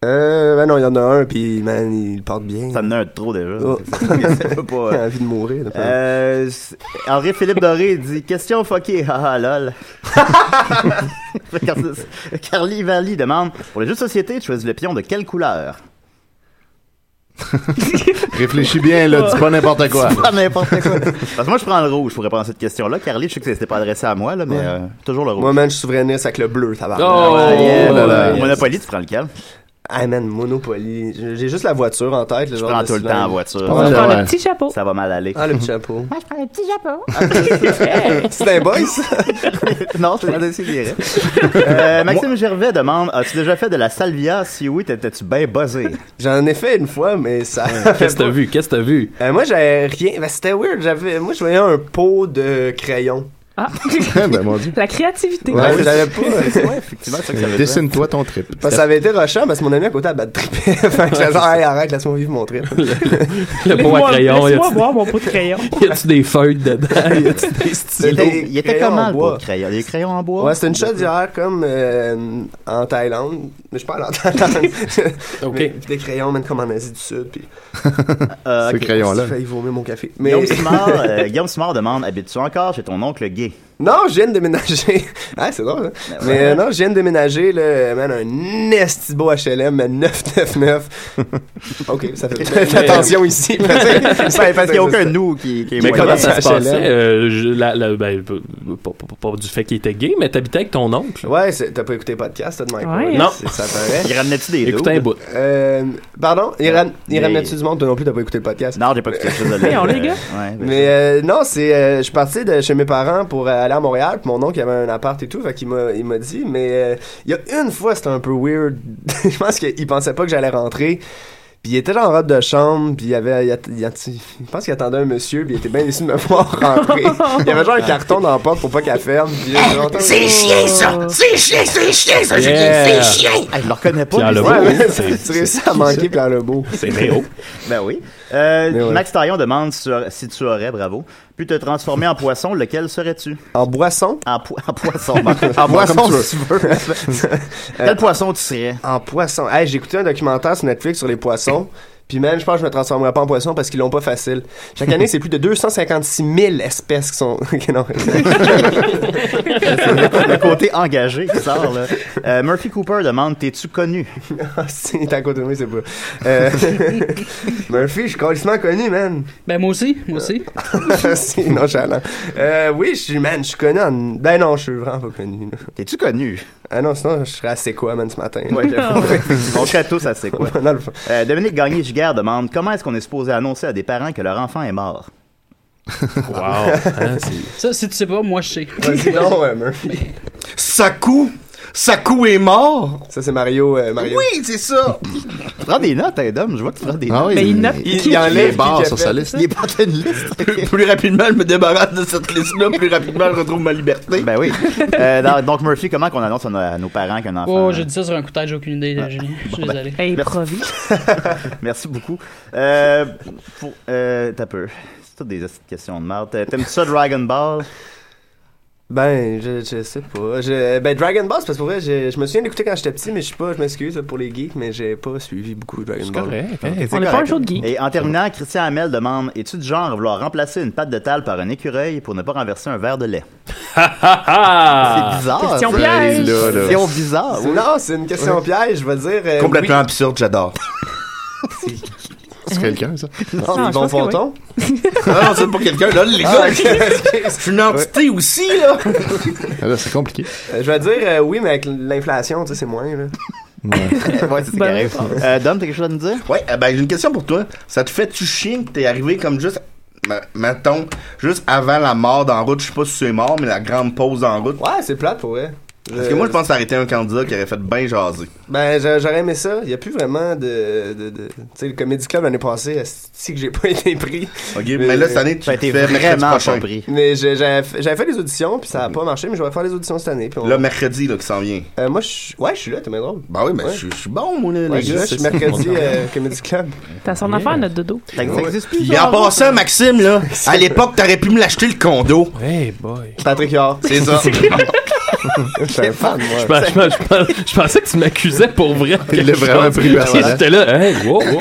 K: Euh, ben non, il y en a un, puis man, il porte bien. Ça
F: en a un de trop déjà.
K: Oh.
F: C'est pas,
K: Il
F: euh,
K: a envie de mourir. d'après moi.
F: Euh, c'est- Henri Philippe Doré dit question fuckée, haha lol. Car- Carly Valley demande pour les jeux de société, tu choisis le pion de quelle couleur
H: Réfléchis bien, là, dis pas n'importe quoi.
F: Dis pas n'importe quoi. Parce que moi, je prends le rouge pour répondre à cette question-là. Carly, je sais que c'était pas adressé à moi, là, mais
K: Ouais.
F: euh, toujours le rouge.
K: Moi, man, je suis souverainiste avec le bleu, ça va. Ah,
F: Oh, yeah, là, là.
K: yes.
F: Monopoly, tu prends lequel
K: Ah, man, Monopoly. J'ai j'ai juste la voiture en tête. Le
F: Je
K: genre
F: prends
K: de
F: tout le
K: silence.
F: temps en voiture.
K: Pas mal de-
F: Ouais.
I: chapeau.
F: Ça va mal aller.
K: Ah, le petit chapeau.
D: Moi, Ben, je prends le petit chapeau.
F: Ah, ben,
K: C'est un boy, ça?
F: non, je prends des cigarettes. Euh, Maxime Gervais demande As-tu déjà fait de la salvia Si oui, t'étais-tu bien buzzé
K: J'en ai fait une fois, mais ça.
G: Qu'est-ce que t'as vu? Qu'est-ce que t'as vu?
K: Euh, moi, j'avais rien. Ben, c'était weird. J'avais, moi, je voyais un pot de crayon.
I: Ah.
H: ben, mon Dieu.
I: La créativité.
K: Ouais, j'avais pas. euh,
F: ouais, effectivement, c'est ça que ça veut dire.
H: Dessine-toi ton trip.
K: Parce que ça avait été rushant parce que mon ami à côté a bad trippé. fait que j'étais genre, hey, arrête, laisse-moi vivre mon trip.
G: Le pot à crayon.
I: Laisse-moi
G: Y
I: voir mon pot de crayon.
G: a-tu des feuilles dedans? Y a-tu des
F: Il
G: stylos?
F: était, il était
K: Crayon
F: comment
K: en
F: le pot
K: bois.
F: de crayon Les crayons en bois
K: Ouais, c'est une chaudière comme euh, en Thaïlande. Mais je parle en Thaïlande.
G: Ok.
K: Mais des crayons, même comme en Asie du Sud. Puis...
F: Euh, ok.
K: J'ai failli vomir mon café. Mais...
F: Guillaume Simard, euh, Guillaume Simard demande Habites-tu encore chez ton oncle gay
K: Non, je viens de déménager. ah, c'est drôle, hein?
F: Ben ouais.
K: Mais euh, non, je viens de déménager, là, man, un esti beau HLM, mais 999. OK, ça fait, faites attention ici.
F: Ouais, Ben, parce qu'il y a aucun nous qui, qui est
G: Mais
F: moyen.
G: comment ça se
K: HLM.
G: passait? euh, je- la- la- ben, pas, pas- pas- pas du fait qu'il était gay, mais t'habitais avec ton oncle.
K: Ouais, c'est- t'as pas écouté le podcast, t'as de Mike.
G: Ouais.
K: Ward,
G: Non.
K: c'est- Ça paraît.
F: Il ramenait-tu des
G: Écoute
F: dos?
G: un bout.
K: Euh, pardon, il, ram- il
F: Mais-
K: ramenait-tu du monde? Toi non plus, t'as pas écouté le podcast.
F: Non, j'ai pas écouté ça. désolé.
I: Voyons, les gars.
F: Ouais, ben,
K: Mais euh, non, c'est euh, je suis parti de chez mes parents pour euh, aller à Montréal, puis mon oncle avait un appart et tout, fait qu'il m'a il m'a dit mais euh, il y a une fois c'était un peu weird. je pense qu'il pensait pas que j'allais rentrer. Puis il était genre en robe de chambre, puis il avait il att- il att- je pense qu'il attendait un monsieur, puis il était bien déçu de me voir rentrer. Il y avait genre un carton dans la porte pour pas qu'elle ferme. puis là, j'ai entendu-
D: C'est chier, ça! C'est chier, c'est chier, ça, Julien!
F: Yeah.
D: C'est chier!
F: Ah, je le reconnais pas.
K: Ouais,
F: lui,
K: ouais,
F: c'est-
K: tu réussis à manquer Pierre Lebeau.
G: C'est Léo.
F: Ben oui. Euh,
K: Mais ouais.
F: Max Taillon demande sur- si tu aurais, bravo, pu te transformer en poisson, lequel serais-tu?
K: En boisson?
F: En, po- en poisson, Marco. en boisson, si tu veux. Quel poisson tu serais?
K: Euh, En poisson. Hey, j'ai écouté un documentaire sur Netflix sur les poissons. Puis man, je pense que je me transformerai pas en poisson parce qu'ils l'ont pas facile. Chaque année, c'est plus de 256 000 espèces qui sont... Ok, non.
F: le côté engagé qui sort, là. Euh, Murphy Cooper demande, t'es-tu connu?
K: c'est à côté de moi, c'est pas... Euh, Murphy, je suis complètement connu, man.
M: Ben, moi aussi, moi aussi.
K: c'est nonchalant. Euh, oui, je suis, man, je suis connu en... Ben non, je suis vraiment pas connu.
F: T'es-tu connu?
K: Ah non, sinon, je serais assez quoi, man, ce matin.
F: Ouais, j'avoue. On serait tous à c'est quoi.
K: Non, le-
F: Euh, Dominique Gagné-Giguère demande, comment est-ce qu'on est supposé annoncer à des parents que leur enfant est mort? wow.
J: Ah, Hein,
M: Ça, si tu sais pas, moi, je sais.
K: non, ouais, Murphy.
J: Sakou! Sakou est mort!
K: Ça, c'est Mario. euh, Mario.
J: Oui, c'est ça!
F: tu prends des notes, hein, Dom. Je vois que tu prends des
J: Ah
F: notes.
J: oui,
M: Ben,
J: Mais il note il- qui- il enlève qui- qui barre qui sur sa fait liste. ça?
F: Il est pas une liste.
J: plus, plus rapidement je me débarrasse de cette liste-là, plus rapidement je retrouve ma liberté.
F: Ben oui. Euh, dans- donc, Murphy, comment qu'on annonce à, nos- à nos parents qu'un enfant...
M: Oh, j'ai dit ça sur un coup de tête, j'ai aucune idée, là, Julien. Je suis
F: ben,
M: désolé.
F: Merci beaucoup. Euh, pour, euh, t'as peu. C'est toutes des esti de questions de merde. T'aimes ça Dragon Ball?
K: Ben, je, je sais pas. Je- ben, Dragon Ball, c'est parce que pour vrai, je, je me souviens d'écouter quand j'étais petit, mais je suis pas, je m'excuse pour les geeks, mais j'ai pas suivi beaucoup Dragon Ball. Ah.
F: C'est correct. hein. Et en terminant, Christian Hamel demande Es-tu du genre à vouloir remplacer une patte de tal par un écureuil pour ne pas renverser un verre de lait
J: Ah!
F: C'est bizarre.
K: Question
F: ça.
K: piège. Là, là.
F: Question bizarre.
K: C'est- Non, c'est une question
F: Ouais.
K: piège, je veux dire. euh,
J: Complètement
K: oui.
J: absurde, j'adore. C'est quelqu'un, ça?
K: Non, c'est bon ponton.
J: Ah non, c'est pas quelqu'un, là, les
K: Ah,
J: gars. Je suis une entité aussi, là.
H: Là, c'est compliqué.
K: Euh, Je veux dire, euh, oui, mais avec l'inflation, tu sais, c'est moins, là.
F: ouais, c'est correct. Euh, Dom, t'as quelque chose à nous dire?
J: Ouais, euh, ben j'ai une question pour toi. Ça te fait-tu chier que t'es arrivé comme juste, m- mettons, juste avant la mort en route, je sais pas si c'est mort, mais la grande pause en route.
K: Ouais, c'est plate pour vrai.
J: Parce que moi, je pense que ça aurait été un candidat qui aurait fait bien jaser.
K: Ben, j'a- j'aurais aimé ça. Il n'y a plus vraiment de. de, de- tu sais, le Comedy Club l'année passée, si que j'ai pas été pris.
J: Ok, mais là, cette année, tu T'as été le fais mercredi vraiment prochain. pas pris.
K: Mais j'ai- j'avais fait j'avais fait les auditions, puis ça a pas marché, mais je vais faire les auditions cette année. Puis on-
J: Là, mercredi, là, qui s'en vient.
K: Euh, moi, je suis- ouais, je suis là, t'es bien drôle.
J: Ben oui, ben,
K: Ouais.
J: je je suis bon, moi, là,
K: Ouais,
J: les
K: je suis là,
J: gars.
K: je suis mercredi euh, Comedy Club.
E: T'as son affaire, notre dodo.
J: Puis en passant, Maxime, là, à l'époque, t'aurais pu me l'acheter le condo.
G: Hey boy.
K: Patrick Huard.
J: C'est ça.
K: J'étais fan, moi.
G: Je, pens- je pens- je pens- je pensais que tu m'accusais pour vrai.
H: Il l'a vraiment pris personnel.
G: J'étais là, hey, wow, wow.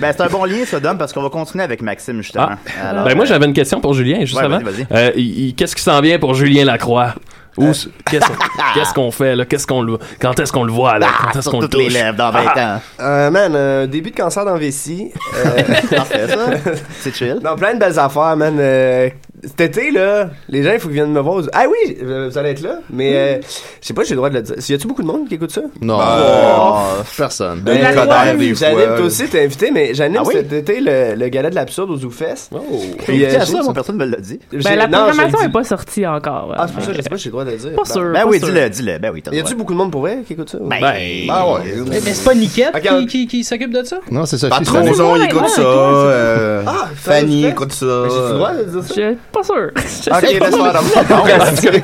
F: ben, c'est un bon lien, ça, Dom, parce qu'on va continuer avec Maxime, justement. Alors, euh,
J: euh,
G: ben moi j'avais une question pour Julien juste
F: ouais,
G: avant.
F: vas-y, Euh.
G: Euh, il- il- Qu'est-ce qui s'en vient pour Julien Lacroix Où s- Qu'est-ce qu'est-ce qu'on fait là Qu'est-ce qu'on le Quand est-ce qu'on le voit là Quand est-ce
F: Ah, sur
G: Ah, qu'on le
F: toutes les
G: touche? Ah.
F: lèvres dans 20 ans.
K: Euh, man, euh, début de cancer dans le vessie. Euh,
F: Parfait, ça. C'est chill.
K: Non, plein de belles affaires, man. Euh, cet été, là, les gens, il faut qu'ils viennent me voir. Ah oui, euh, vous allez être là, mais euh, je sais pas, j'ai le droit de le dire. Y a-tu beaucoup de monde qui écoute ça?
H: Non.
K: Oh.
J: Euh,
H: personne.
K: Ben,
H: Denis Coderre,
K: j'anime-
H: des fois.
K: J'anime, toi aussi, t'es invité, mais j'anime
H: Ah oui?
K: cet été le, le gala de l'absurde au ZooFest.
F: J'ai
K: Puis,
F: Oh. invité
K: euh,
F: à ça,
K: j'ai-
F: moi, personne ne me l'a dit.
K: j'ai-
E: Ben, la
K: non, je le
E: programmation
K: dis.
E: n'est pas sortie encore.
K: Ah, c'est pour
I: hein.
K: ça, je sais pas si j'ai le droit de le dire.
E: Pas sûr,
F: Ben
E: pas
F: oui,
E: sûr.
F: dis-le, dis-le. Ben oui, t'as le
K: Y a-tu
F: droit.
K: beaucoup de monde pour vrai qui écoute ça? Ben,
F: Ah
K: ouais. Ah,
M: Mais, mais c'est pas Niquette qui, qui, qui s'occupe de ça?
H: Non, c'est ça.
J: Patron,
H: c'est ça.
J: on écoute
H: Ouais,
J: ça.
H: ouais,
J: euh,
K: Ah,
J: Fanny écoute ça.
E: Je suis pas sûr. Je sais
J: Ok,
E: pas.
J: laisse faire dans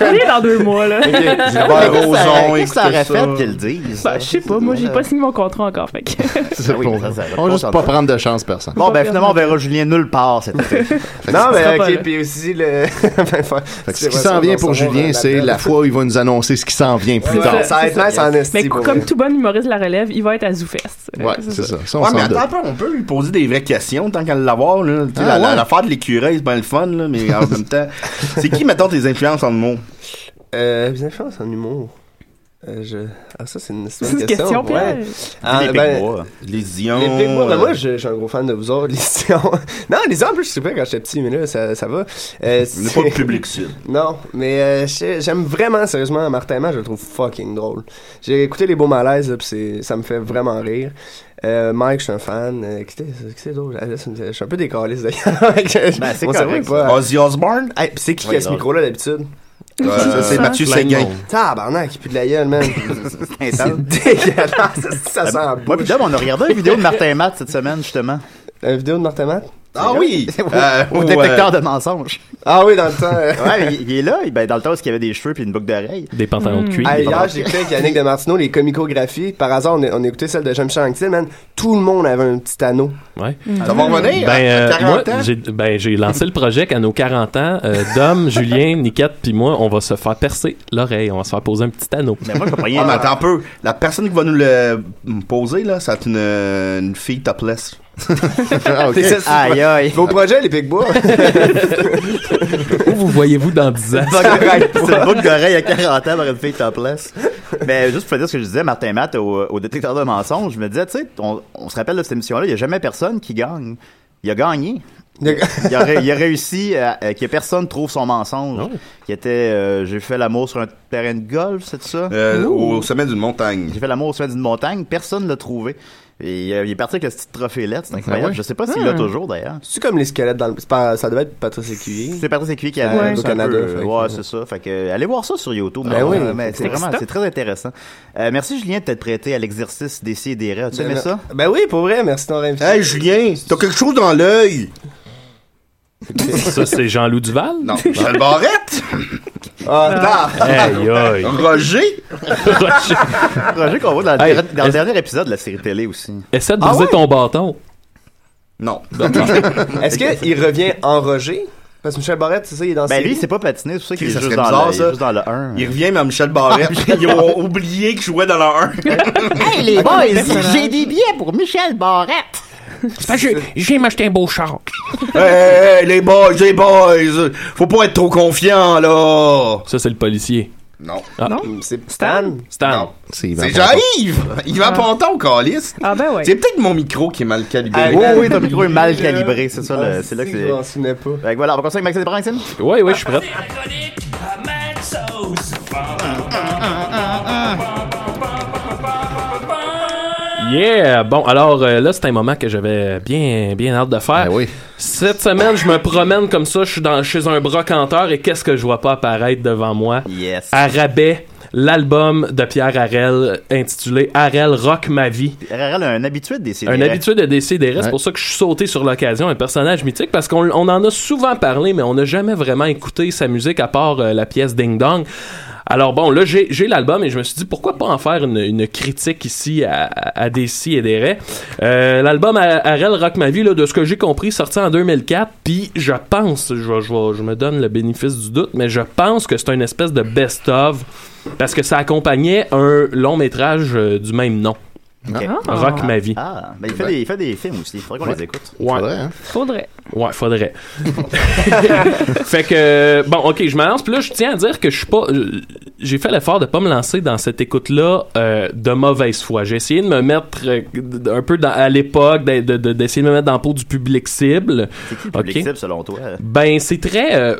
E: Reviens dans deux mois, là.
J: Gilbert Rozon
F: Qu'est-ce que ça aurait
J: écoute ça.
F: fait qu'ils le disent?
E: Ben, je sais pas, moi, j'ai pas signé mon contrat encore, fait que...
H: hein. C'est
F: oui,
H: pour-
F: ça, ça, ça,
H: On va
F: ça,
H: juste
F: ça.
H: pas prendre de chance, personne.
F: Bon, ben finalement, on verra Julien nulle part cet été.
K: Non, mais
F: pas, là.
K: ok, puis aussi le. ben, faut-
H: Fait que
K: c'est
H: ce qui
K: vrai,
H: s'en
K: ça,
H: vient
K: on
H: pour
K: saura, euh,
H: Julien, c'est
K: l'appel.
H: la fois où il va nous annoncer ce qui s'en vient plus
K: Ouais,
H: tard.
K: Ça va être nice en
E: Mais
K: esti. pour
E: comme
K: vrai.
E: tout bon humoriste de la relève, il va être à ZooFest. Euh,
H: Ouais, c'est ça. Ça, on
J: ouais,
H: s'en
J: mais
H: doute.
J: attends, un peu, on peut lui poser des vraies questions tant qu'à l'avoir. là. Tu sais,
H: Ah,
J: la- la-
H: ouais.
J: L'affaire de l'écureuil, c'est bien le fun, là, mais en même temps. C'est qui, mettons, tes influences en humour?
K: Euh, mes influences en humour. Euh, je... Ah, ça, c'est une, c'est
E: C'est une question, Pierre.
K: Ah,
J: Les
K: ben,
J: Pigbois. Euh, Les Ions.
K: Les Pigbois, ben
J: euh,
K: moi, je, je suis un gros fan de vous autres, les Sions. non, les Sions, en plus, je sais pas quand j'étais petit, mais là, ça, ça va. Euh,
J: On n'est
K: c'est-
J: pas le public sud.
K: Non, mais euh, je- j'aime vraiment, sérieusement, Martin Matt, je le trouve fucking drôle. J'ai écouté Les Beaux Malaises, là, pis c'est- ça me fait vraiment rire. Euh, Mike, je suis un fan. Euh, qui c'est- qui c'est d'autre? Ah, là, ça me- Je suis un peu décaliste, d'ailleurs.
F: Ben, c'est
K: On s'en
F: correct,
K: fout pas.
J: Ozzy Osbourne?
K: Hey, pis c'est qui qui
J: Ouais,
K: a ce
J: drôle.
K: micro-là, d'habitude?
J: Euh, ça, c'est Mathieu
K: Plein de
J: Séguin.
K: monde. Tabarnak, il pue de la gueule, man.
F: C'est intense.
K: dégueulasse, ça sent la
F: Moi, puis Dom, on a regardé une vidéo de Martin Matt cette semaine, justement.
K: Une vidéo de Martin Matt?
J: Ah oui!
F: Euh,
J: Au
F: Au détecteur de mensonges.
K: Ah oui, dans le temps.
F: ouais, il, il est là. il- Ben, dans le temps, parce qu'il y avait des cheveux puis une boucle d'oreille.
G: Des pantalons
K: Hey, hier, j'écoutais avec Yannick Demartino les comicographies. Par hasard, on a, on a écouté celle de Jean-Michel Anctil, man. Tout le monde avait un petit anneau.
G: Ouais.
K: Mm. Ça va revenir,
F: hein,
G: Ben,
K: à- à
G: euh,
K: 40
G: moi,
K: ans?
G: j'ai ben, j'ai lancé le projet qu'à nos 40 ans, euh, Dom, Julien, Niquette puis moi, on va se faire percer l'oreille. On va se faire poser un petit anneau.
F: Mais moi, je vais
J: Ah, mais attends un peu. La personne qui va nous le euh, me poser, là, c'est une, euh, une fille topless. Ah,
K: C'est ça, c'est- Vos projets, les Picbois.
G: Où vous voyez-vous dans 10 ans?
F: C'est une boucle d'oreille à 40 ans par une fille topless. Mais juste pour dire ce que je disais, Martin Matt, au, au détecteur de mensonges, je me disais, tu sais, on, on se rappelle de cette émission-là, il n'y a jamais personne qui gagne. Il a gagné. Il a, ré- il a réussi à, à que personne trouve son mensonge.
J: Ah
F: Qui était euh, J'ai fait l'amour sur un terrain de golf, c'est ça
J: Euh,
F: Ouh.
J: au sommet d'une montagne.
F: J'ai fait l'amour au sommet d'une montagne, personne ne l'a trouvé. Et, euh, il est parti avec le petit trophée-lettre, c'est
K: Ah
F: incroyable.
K: ouais?
F: Je sais pas s'il l'a
K: Hmm.
F: toujours d'ailleurs.
K: C'est comme les squelettes dans le. c'est pas- ça devait être Patrice Écuyer.
F: C'est Patrice Écuyer qui a
K: Ouais.
F: au
K: C'est un
F: euh, Canada.
K: peu, fait que-
F: ouais, c'est ça. Fait que, allez voir ça sur YouTube.
K: Ben
F: Non,
K: oui,
F: euh, mais
K: c'est
F: c'est vraiment
K: excitant.
F: c'est très intéressant. Euh, merci Julien de t'être prêté à l'exercice des et des rats. Tu aimais
K: Ben,
F: ça?
K: Ben oui, pour vrai, merci de ton invité.
J: Hey, Julien, t'as quelque chose dans l'œil?
G: Ça, c'est Jean-Loup Duval?
J: Non, Michel Barrette!
K: Ah,
G: Aïe, aïe.
J: Roger!
G: Roger!
F: Roger qu'on voit dans, le-
G: Hey,
F: dans le
G: est-
F: dernier épisode de la série télé aussi.
G: Essaie de
F: Ah
G: briser
F: ouais?
G: ton bâton.
J: Non.
K: Est-ce qu'il revient enragé? Parce que Michel Barrette, c'est ça, il est dans
F: Ben
K: ses-
F: lui, c'est pas patiné, c'est pour ça qu'il est
J: Ça
F: juste
J: serait
F: dans,
J: bizarre,
F: le, il est
J: ça.
F: juste dans le Ah, 1.
J: Il revient, mais à Michel Barrette. Ils ont oublié qu'il jouait dans le 1.
F: Hey
J: les boys, j'ai
F: des billets pour Michel Barrette!
G: J'ai m'acheter un beau char.
J: hey, hey, les boys, les boys! Faut pas être trop confiant, là!
G: Ça, c'est le policier.
J: Non. Mm,
G: Ah.
K: C'est Stan?
G: Stan.
J: C'est Jean-Yves! Yvan
K: Ah.
J: Ponton, Calice!
K: Ah ben ouais.
J: C'est peut-être mon micro qui est mal calibré.
F: Ah, oui, oui, ton micro est mal calibré, c'est ça, le-
J: Ah,
F: c'est là que
J: si,
F: c'est.
J: je m'en
K: pas.
F: Fait que voilà, on va continuer avec Maxime, t'es prêt, Maxime?
G: Oui, oui, je suis prêt. Yeah! Bon, alors euh, là, c'est un moment que j'avais bien, bien hâte de faire. Cette semaine, je me promène comme ça, je suis dans, chez un brocanteur et qu'est-ce que je vois pas apparaître devant moi?
F: Yes.
G: À rabais, l'album de Pierre Harel euh, intitulé Harel Rock Ma Vie.
F: Rarel, un habitué des séries.
G: Un habitué de DC des restes,
F: Ouais.
G: c'est pour ça que je suis sauté sur l'occasion, un personnage mythique, parce qu'on on en a souvent parlé, mais on n'a jamais vraiment écouté sa musique à part euh, la pièce Ding Dong. Alors bon, là j'ai j'ai l'album et je me suis dit pourquoi pas en faire une, une critique ici à, à à DC et des Raies. Euh, L'album à- Arel Rock Ma Vie, là, de ce que j'ai compris, sorti en 2004, puis je pense, je, vais- je vais- je me donne le bénéfice du doute, mais je pense que c'est une espèce de best-of, parce que ça accompagnait un long métrage euh, du même nom.
F: Ok.
G: Rock Ma Vie.
F: Ah, ben il fait,
G: Ouais.
F: des, il fait des films aussi, il faudrait hein. qu'on les écoute.
G: Ouais.
E: Faudrait.
G: Ouais, faudrait. fait que bon, ok, je me lance. Puis là, je tiens à dire que je suis pas. euh, J'ai fait l'effort de pas me lancer dans cette écoute-là euh, de mauvaise foi. J'ai essayé de me mettre euh, d- un peu dans- à l'époque, d'essayer de, de- d'essayer de me mettre dans le pot du public cible.
F: C'est qui le
G: Ok.
F: public cible selon toi?
G: Ben, c'est très. euh,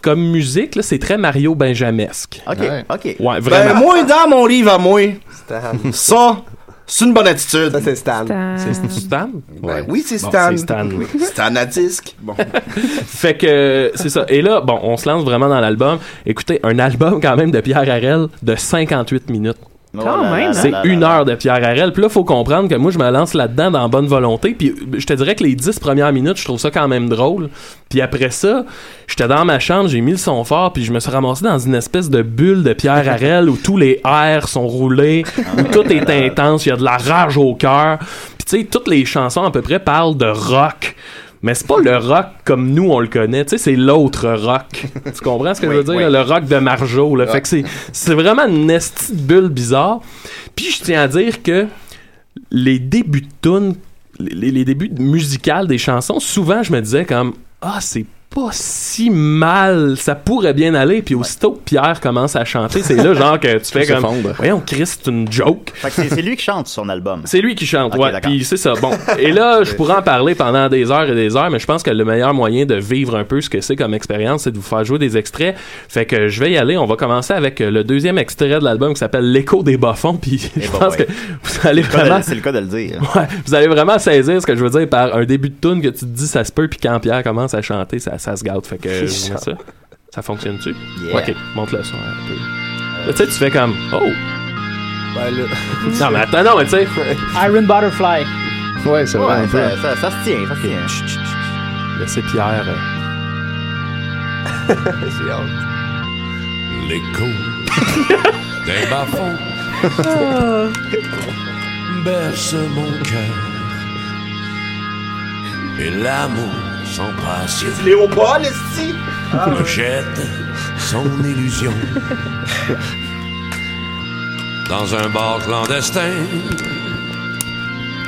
G: comme musique, là, c'est très Mario Benjamesque.
F: Ok,
G: Ouais.
F: ok.
G: Ouais,
J: Ben,
G: vraiment.
J: moi, dans mon livre à moi,
K: Stan.
J: ça, c'est une bonne attitude. Ça,
K: c'est Stan.
G: C'est Stan?
J: Ben oui, c'est
G: Bon,
J: Stan.
G: c'est Stan, oui.
J: Stan à disque. Bon.
G: fait que c'est ça. Et là, bon, on se lance vraiment dans l'album. Écoutez, un album quand même de Pierre Harel de 58 minutes.
F: Quand Oh là même, là
J: hein?
G: C'est
F: là
G: une heure de Pierre Harel. Puis là, faut comprendre que moi, je me lance là-dedans dans bonne volonté. Puis je te dirais que les 10 premières minutes, je trouve ça quand même drôle. Puis après ça, j'étais dans ma chambre, j'ai mis le son fort, puis je me suis ramassé dans une espèce de bulle de Pierre Harel où tous les airs sont roulés, où tout est intense, il y a de la rage au cœur. Puis tu sais, toutes les chansons à peu près parlent de rock. Mais c'est pas le rock comme nous on le connaît, tu sais, c'est l'autre rock. tu comprends ce que je veux dire? là? Le rock de Marjo,
F: Ah.
G: là. Fait que c'est, c'est vraiment une esti de bulle bizarre. Puis je tiens à dire que les débuts de tunes, les, les débuts musicaux des chansons, souvent je me disais comme Ah, c'est pas si mal, ça pourrait bien aller. Puis aussitôt que Pierre commence à chanter, c'est là genre que tu fais
F: Tout
G: comme
F: s'effondre.
G: Voyons, Chris, c'est une joke.
F: Fait que c'est c'est lui qui chante sur son album.
G: C'est lui qui chante,
F: Ok,
G: ouais.
F: d'accord.
G: Puis c'est ça. Bon. Et là, je pourrais en parler pendant des heures et des heures, mais je pense que le meilleur moyen de vivre un peu ce que c'est comme expérience, c'est de vous faire jouer des extraits. Fait que je vais y aller. On va commencer avec euh, le deuxième extrait de l'album qui s'appelle L'écho des bas-fonds. Puis je
F: bah
G: pense
F: ouais.
G: que vous allez
F: C'est le cas de-
G: vraiment.
F: C'est le cas de le dire.
G: Ouais, vous allez vraiment saisir ce que je veux dire par un début de tune que tu te dis ça se peut, puis quand Pierre commence à chanter, ça, ça se gâte. Fait que je vous mets ça. Ça fonctionne-tu?
F: Yeah.
G: Ok, monte le son un peu. Là, tu sais, tu fais comme Oh!
K: Ben là.
G: Non, mais attends, non, mais tu sais.
M: Iron Butterfly.
H: Ouais, c'est
F: Ouais,
H: vrai. un peu.
F: ça, ça, ça se tient, ça se tient.
G: laisser Pierre.
K: J'ai hâte.
N: L'écho des bas-fonds berce mon cœur et l'amour sans passion
K: Léopold, esti!
N: me jette son illusion dans un bar clandestin.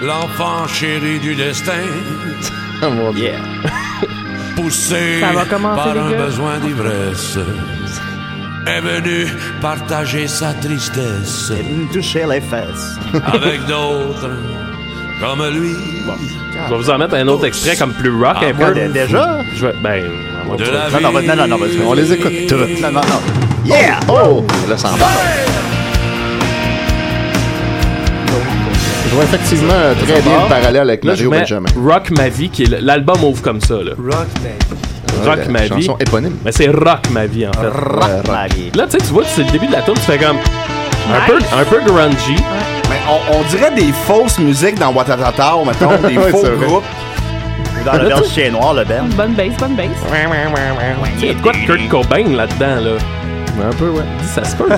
N: L'enfant chéri du destin,
H: Oh mon dieu.
N: poussé
H: Ça va commencer,
N: par
H: les
N: un
H: gars.
N: besoin d'ivresse, est venu partager sa tristesse.
F: Toucher les fesses.
N: avec d'autres comme lui.
G: Je vais vous en mettre un autre extrait comme plus rock
N: Ah,
G: un peu.
N: dé-
F: déjà?
G: Je vais, ben, on
N: De
G: va-
N: la
F: Non, non, non, non, non,
N: vie.
F: on les écoute toutes. Non, non, non. Yeah! Oh! Là, ça en va.
H: Je vois effectivement euh, très bien le parallèle avec
G: Là, je
H: Mario
G: mets
H: Benjamin.
G: Rock ma vie qui est l'album ouvre comme ça là.
K: Rock
H: Ouais,
G: Rock
H: la
G: ma vie.
H: chanson éponyme.
G: Mais c'est Rock ma vie en fait.
F: Rock ma vie.
G: Là tu sais tu vois c'est le début de la tune tu fais comme un peu un peu grungy.
J: Mais on, on dirait des fausses musiques dans Watatata, mettons, des
G: Ouais,
J: faux
G: c'est vrai.
J: groupes.
F: Dans le berge chien noir, le Ben.
E: Bonne base, bonne base.
G: Il y a de quoi de Kurt Cobain là-dedans là. Un peu ouais. Ça se peut.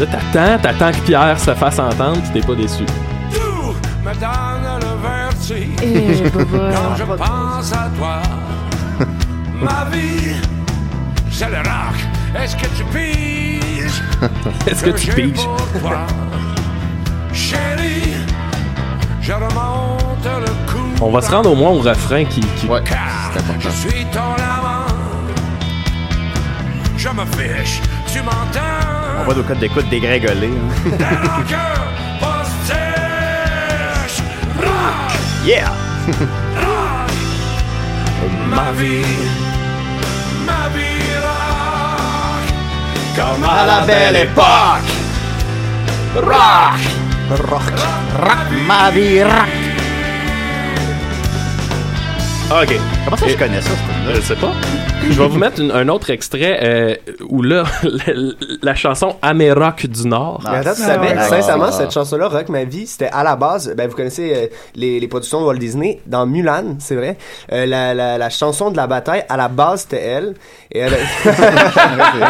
G: Là t'attends t'attends que Pierre se fasse entendre tu t'es pas déçu.
N: Tout me donne le vertige
G: Eh, Bobo.
N: quand je pense à toi. Ma vie, c'est le rock. Est-ce que tu piges
G: Est-ce que tu
N: j'ai
G: piges?
N: pour toi? Chérie, je remonte le cou.
G: On va se rendre au moins au refrain qui
N: Je
G: qui.
N: suis ton amant. Je me fiche, tu m'entends?
F: On va nos codes d'écoute dégringoler. hein.
N: Postiche, rock,
F: yeah!
N: rock, ma vie, ma vie rock, comme à la belle époque. Rock,
F: Rock. Rock ma vie, rock.
G: Ah, Ok.
F: Comment ça, je connais ça,
G: Je sais pas. Je vais vous mettre une- un autre extrait euh, où là, la, la chanson Améroc du Nord.
K: Mais
F: Ah,
K: attends, tu savais, sincèrement,
J: Ah.
K: cette chanson-là, Rock Ma Vie, c'était à la base, ben, vous connaissez euh, les, les productions de Walt Disney, dans Mulan, c'est vrai, euh, la, la, la chanson de la bataille, à la base, c'était elle. Et euh, elle...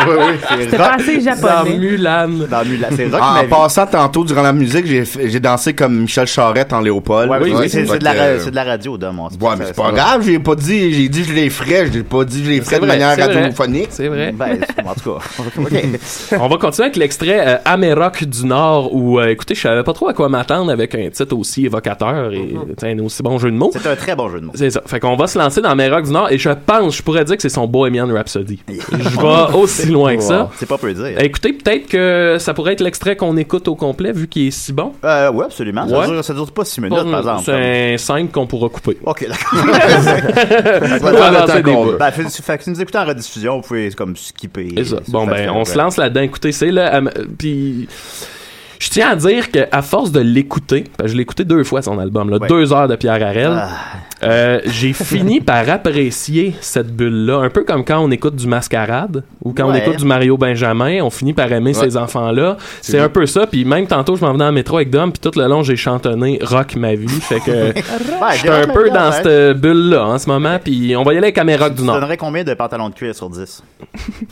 J: oui, oui, c'est C'était rock. pas assez japonais. Dans Ah,
G: Mulan.
F: Dans Mulan, c'est rock
J: En
F: ma vie.
J: passant tantôt durant la musique, j'ai fait- j'ai dansé comme Michel Charette en Léopold.
F: Ouais, oui, c'est
J: Fait
F: c'est de, la
J: que,
F: ra- c'est de la radio, Dom. on se-
J: Ouais, mais c'est pas grave, j'ai pas dit, j'ai dit je les ferais, j'ai pas dit je les ferais de
G: vrai,
J: manière
G: c'est vrai.
J: radiophonique.
G: C'est vrai.
F: Ben, en tout cas.
G: On va continuer avec l'extrait euh, Améroc du Nord où, euh, écoutez, je savais pas trop à quoi m'attendre avec un titre aussi évocateur et tu sais, un aussi bon jeu de mots.
F: Mm-hmm. C'est un très bon jeu de mots.
G: C'est ça. Fait qu'on va se lancer dans Améroc du Nord et je pense, je pourrais dire que c'est son Bohemian Rhapsody. Je vais aussi loin que ça. Euh,
F: Wow, C'est pas peu dire.
G: Écoutez, peut-être que ça pourrait être l'extrait qu'on écoute au complet vu qu'il est si bon.
F: Euh, ouais, absolument.
G: Ouais.
F: Ça, dure, ça dure pas 6 minutes, par exemple.
G: C'est un 5 qu'on pourra couper.
F: Ok, d'accord.
G: On va avancer des bouts.
F: Ben, fait, fait que si nous écoutez en rediffusion, vous pouvez comme skipper.
G: C'est ça. Bon,
F: Fait
G: ben,
F: que,
G: on
F: ouais.
G: se lance là-dedans. Écoutez, c'est là. euh, Puis. Je tiens à dire qu'à force de l'écouter, parce que je l'ai écouté deux fois son album, là,
F: Ouais.
G: deux heures de Pierre Harel,
F: Ah.
G: euh, j'ai fini par apprécier cette bulle-là, un peu comme quand on écoute du Mascarade ou quand
F: Ouais.
G: on écoute du Mario Benjamin, on finit par aimer
F: Ouais.
G: ces enfants-là.
F: C'est
G: C'est
F: vrai.
G: un peu ça. Puis même tantôt, je m'en venais en métro avec Dom, puis tout le long, j'ai chantonné Rock ma vie. Fait que
F: Ouais,
G: je suis un
F: Rock
G: peu
F: Ma Vie,
G: dans
F: en fait.
G: cette bulle-là en ce moment. Puis on va y aller avec Caméra du
F: Tu
G: Nord.
F: donnerais combien de pantalons de cuir sur 10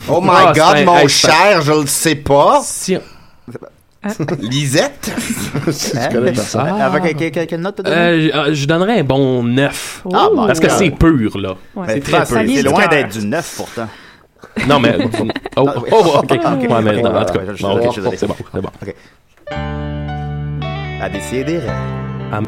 J: Oh my
G: Ah, c'est
J: god,
G: un-
J: mon
G: hey, c'est-
J: cher, je le sais pas. Lisette?
F: Hein?
J: connais
G: personne.
F: Ah. Avec quelle- quelle- quelle- quelle note t'as donné
G: Euh, j- euh, je donnerais un bon 9.
F: Ah, bon,
G: parce que
F: ouais.
G: c'est pur, là.
F: Ouais.
G: C'est
F: Mais
G: très
F: ça
G: pur.
F: vient C'est du loin cœur. d'être du 9 pourtant. Ah,
G: Non, mais. Oh, oh, ok. Ouais, mais non, en tout cas.
F: je suis
G: bon,
F: désolé,
G: ok,
F: je suis désolé.
G: c'est bon, c'est bon.
F: Ok. À décider.
G: Ah,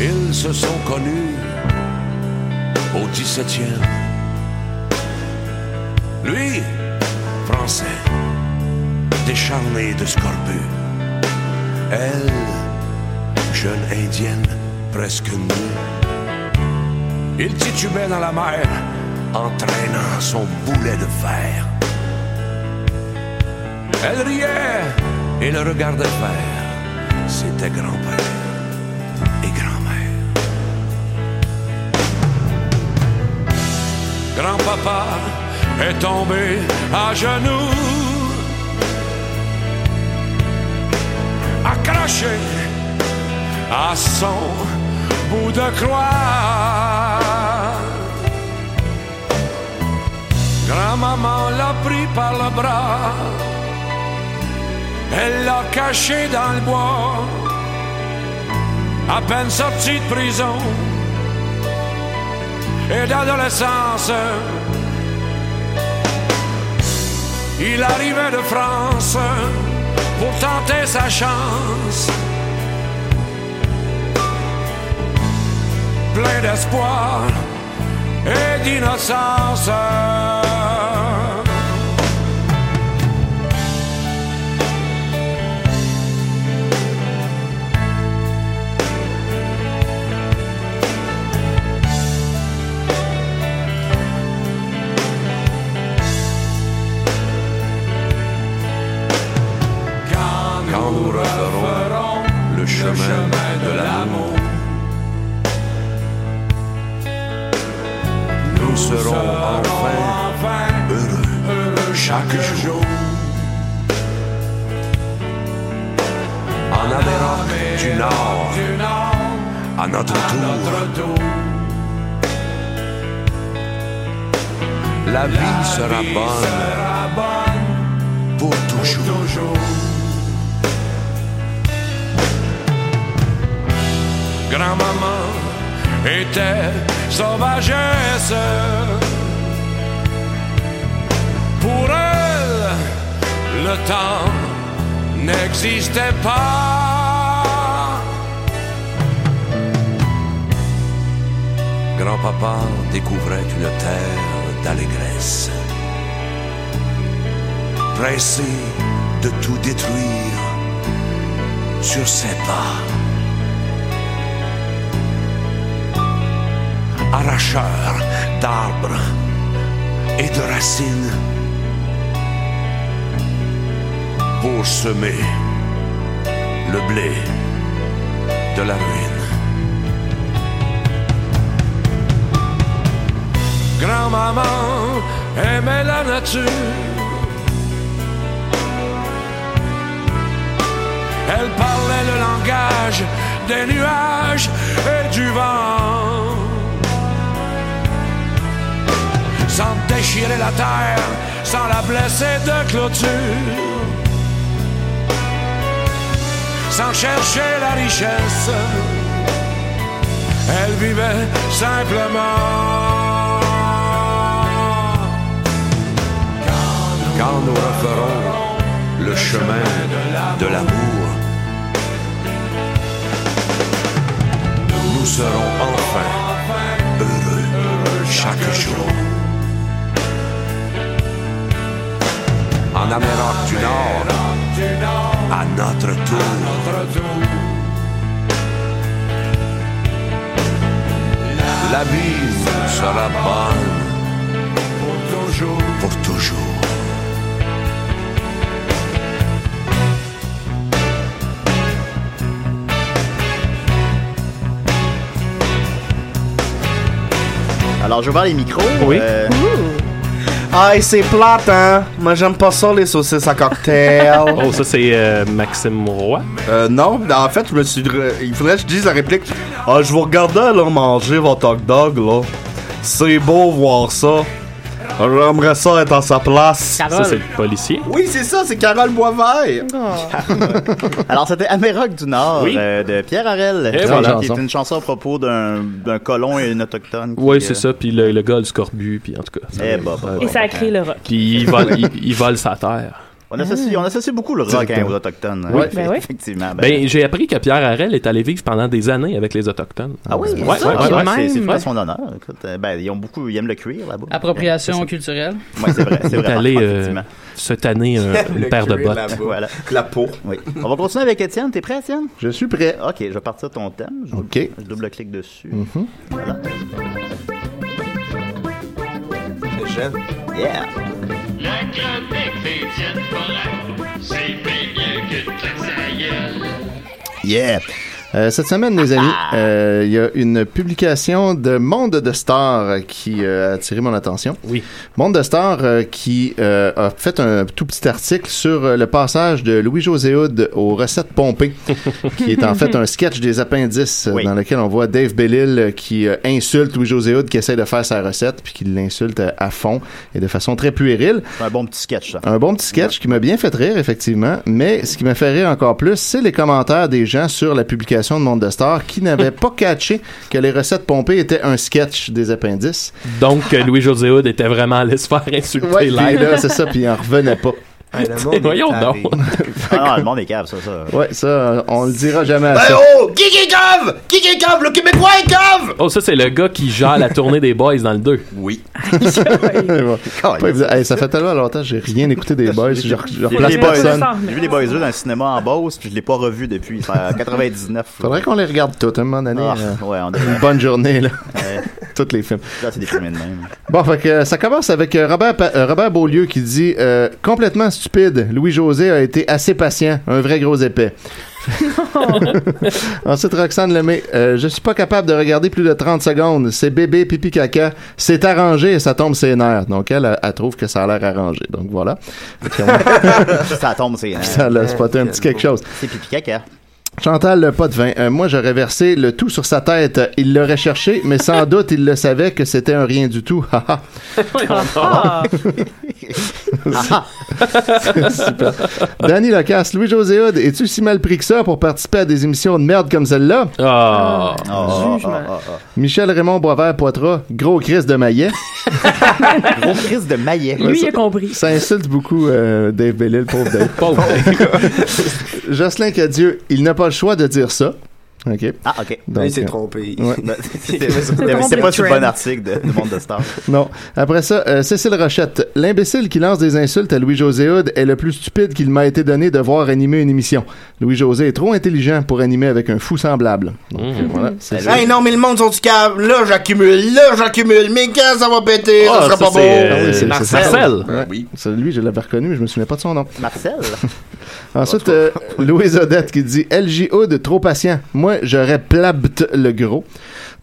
N: Ils se sont connus au 17e. Lui, français, décharné de scorbut. Elle, jeune indienne presque nue. Il titubait dans la mer, entraînant son boulet de fer. Elle riait et le regardait faire. C'était grand-père et grand-mère. Grand-papa est tombé à genoux, accroché à son bout de croix. Grand-maman l'a pris par le bras, elle l'a caché dans le bois. À peine sorti de prison et d'adolescence, il arrivait de France pour tenter sa chance. plein d'espoir et d'innocence. Quand nous referons le chemin de l'amour. nous serons enfin heureux chaque jour. En Amérique du Nord, à notre tour, la vie sera bonne pour toujours. Grand-maman était sauvagesse. Pour elle, le temps n'existait pas. Grand-papa découvrait une terre d'allégresse, pressé de tout détruire sur ses pas. arracheur d'arbres et de racines pour semer le blé de la ruine. Grand-maman aimait la nature. Elle parlait le langage des nuages et du vent. sans déchirer la terre, sans la blesser de clôture, sans chercher la richesse. Elle vivait simplement. Quand nous referons le chemin de l'amour, nous serons enfin heureux chaque jour. en Amérique du Nord, à notre tour. La vie sera bonne pour toujours. Pour toujours.
F: Alors, j'ai ouvert les micros.
J: Oui.
F: euh,
J: Ah, c'est plate, hein? Moi, j'aime pas ça, les saucisses à cocktail.
G: Oh, ça, c'est euh, Maxime Roy.
J: Euh, non, en fait, je me suis. Il faudrait que je dise la réplique. Ah, je vous regardais, là, manger votre hot dog, là. C'est beau voir ça. J'aimerais ça être à sa place.
G: Ça, c'est le policier.
J: Oui, c'est ça, c'est Carole Boisvert.
M: Oh.
F: Alors, c'était Améroc du Nord
J: Oui.
F: euh, de Pierre Harel.
G: Et
F: qui-
G: Eh, voilà.
F: qui est une chanson à propos d'un d'un colon et une autochtone. qui,
G: Oui, c'est
F: euh,
G: ça. Puis le, le gars, le scorbu, puis en tout cas.
F: Eh, bah, bah,
E: Et ça a créé le rock.
G: Puis il vole, il, il vole sa terre.
F: On associe, on associe beaucoup le rock hein, aux Autochtones.
G: Oui.
F: hein.
G: Ben oui.
F: Effectivement. ben-
G: Ben, j'ai appris que Pierre Harel est allé vivre pendant des années avec les Autochtones.
F: Ah oui,
G: ouais,
F: c'est
G: ouais,
F: ça,
G: ouais,
F: c'est-
G: ouais.
F: c'est- c'est
G: Même.
F: pas son honneur. Écoute, euh, ben, ils ont beaucoup, ils aiment le cuir là-bas.
M: Appropriation culturelle.
F: Ouais, c'est vrai, c'est
G: Il est
F: vrai.
G: allé euh,
F: effectivement.
G: se tanner euh, une
F: Le
G: paire de
F: cuir
G: bottes.
F: là-bas. Voilà. La peau. Oui. On va continuer avec Étienne. T'es prêt, Étienne?
H: Je suis prêt.
F: Ok, je vais partir ton thème. Je,
H: Ok.
F: je double-clique dessus.
H: Mhm.
F: Voilà.
K: J'aime.
F: Yeah.
D: La chronique d'Étienne Forain, c'est bien mieux que de claquer sa gueule.
H: Yeah! Euh, cette semaine, les amis, euh, il y a une publication de Monde de Stars qui euh, a attiré mon attention.
G: Oui.
H: Monde de Stars euh, qui euh, a fait un tout petit article sur euh, le passage de Louis-José Hood aux recettes pompées, qui est en fait un sketch des appendices euh, dans lequel on voit Dave Bellil euh, qui euh, insulte Louis-José Hood qui essaie de faire sa recette puis qui l'insulte euh, à, à fond et de façon très puérile.
F: C'est un bon petit sketch, ça.
H: Un bon petit sketch qui m'a bien fait rire, effectivement. Mais ce qui m'a fait rire encore plus, c'est les commentaires des gens sur la publication de Monde de Star qui n'avaient pas catché que les recettes pompées étaient un sketch des appendices.
G: Donc, euh, Louis-José Hood était vraiment allé se faire insulter
H: Ouais, puis
G: live.
H: là, c'est ça, puis euh, il en revenait pas.
G: Voyons donc.
F: Ah non, le monde est cave, ça, ça.
H: Ouais, ça, on le dira jamais
F: Ben
J: Eh,
H: assez.
F: oh! Qui qui est cave? Qui qui est cave? Le Québécois est cave!
G: Oh, ça, c'est le gars qui gère la tournée des boys dans le 2.
F: Oui.
H: Ouais. Pas évident. Hey, ça fait tellement longtemps que j'ai rien écouté des boys, je, je
F: J'ai vu
H: replace
F: les boys,
H: personne.
F: j'ai vu les boys Eux dans le cinéma en Beauce, puis je l'ai pas revu depuis. C'est en 99.
H: Faudrait qu'on les regarde toutes, à un moment donné.
F: Ah,
H: euh,
F: ouais, on devrait.
H: une bonne journée, là.
F: Ouais.
H: Toutes les films.
F: Là, c'est déprimé de même.
H: Bon, fait que, euh, ça commence avec euh, Robert, Pa- euh, Robert Beaulieu qui dit euh, Complètement stupide, Louis-José a été assez patient, un vrai gros épais. Ensuite, Roxane Lemay, euh, je suis pas capable de regarder plus de 30 secondes. C'est bébé, pipi, caca. C'est arrangé et ça tombe ses nerfs. Donc, elle, elle, elle trouve que ça a l'air arrangé. Donc, voilà. Fait qu'on-
F: ça tombe, c'est.
H: Ça l'a spoté un petit quelque chose.
F: C'est pipi caca.
H: Chantal, le pas de vin. Euh, moi, j'aurais versé le tout sur sa tête. Il l'aurait cherché, mais sans doute, il le savait que c'était un rien du tout. Ha, ha.
M: Ah!
F: Ah.
H: C'est super. Danny Lacasse, Louis-José Hood, es-tu si mal pris que ça pour participer à des émissions de merde comme celle-là?
G: Ah.
F: Ah, ah, ah,
H: Michel Raymond Boisvert Poitras, gros Chris de Maillet.
F: ah. Gros crise de maillet.
H: compris. Ça insulte beaucoup euh, Dave Bellil, pauvre Dave.
G: pauvre
H: Jocelyn Cadieux, il n'a pas le choix de dire ça. OK.
F: Ah, ok.
H: Donc, euh, ouais.
F: Ben, C'était
H: trompé
F: c'était
H: le
F: pas sur le bon
H: trend.
F: article de, du Monde de Star.
H: Non. Après ça, euh, Cécile Rochette. L'imbécile qui lance des insultes à Louis-José Hood est le plus stupide qu'il m'a été donné de voir animer une émission. Louis-José est trop intelligent pour animer avec un fou semblable. Donc, euh, voilà. c'est ça.
O: Hey non, mais le monde sont du câble. Là, j'accumule. Là, j'accumule. Mais quand ça va péter,
H: Ah,
O: ça sera
H: ça,
O: pas beau.
H: c'est, euh, oui, c'est- c'est
O: Marcel.
H: Ouais. Ça, lui, je l'avais reconnu, mais je me souvenais pas de son nom.
F: Marcel.
H: Ensuite, euh, Louise Odette qui dit LJ Hood, trop patient. Moi, j'aurais plabt le gros.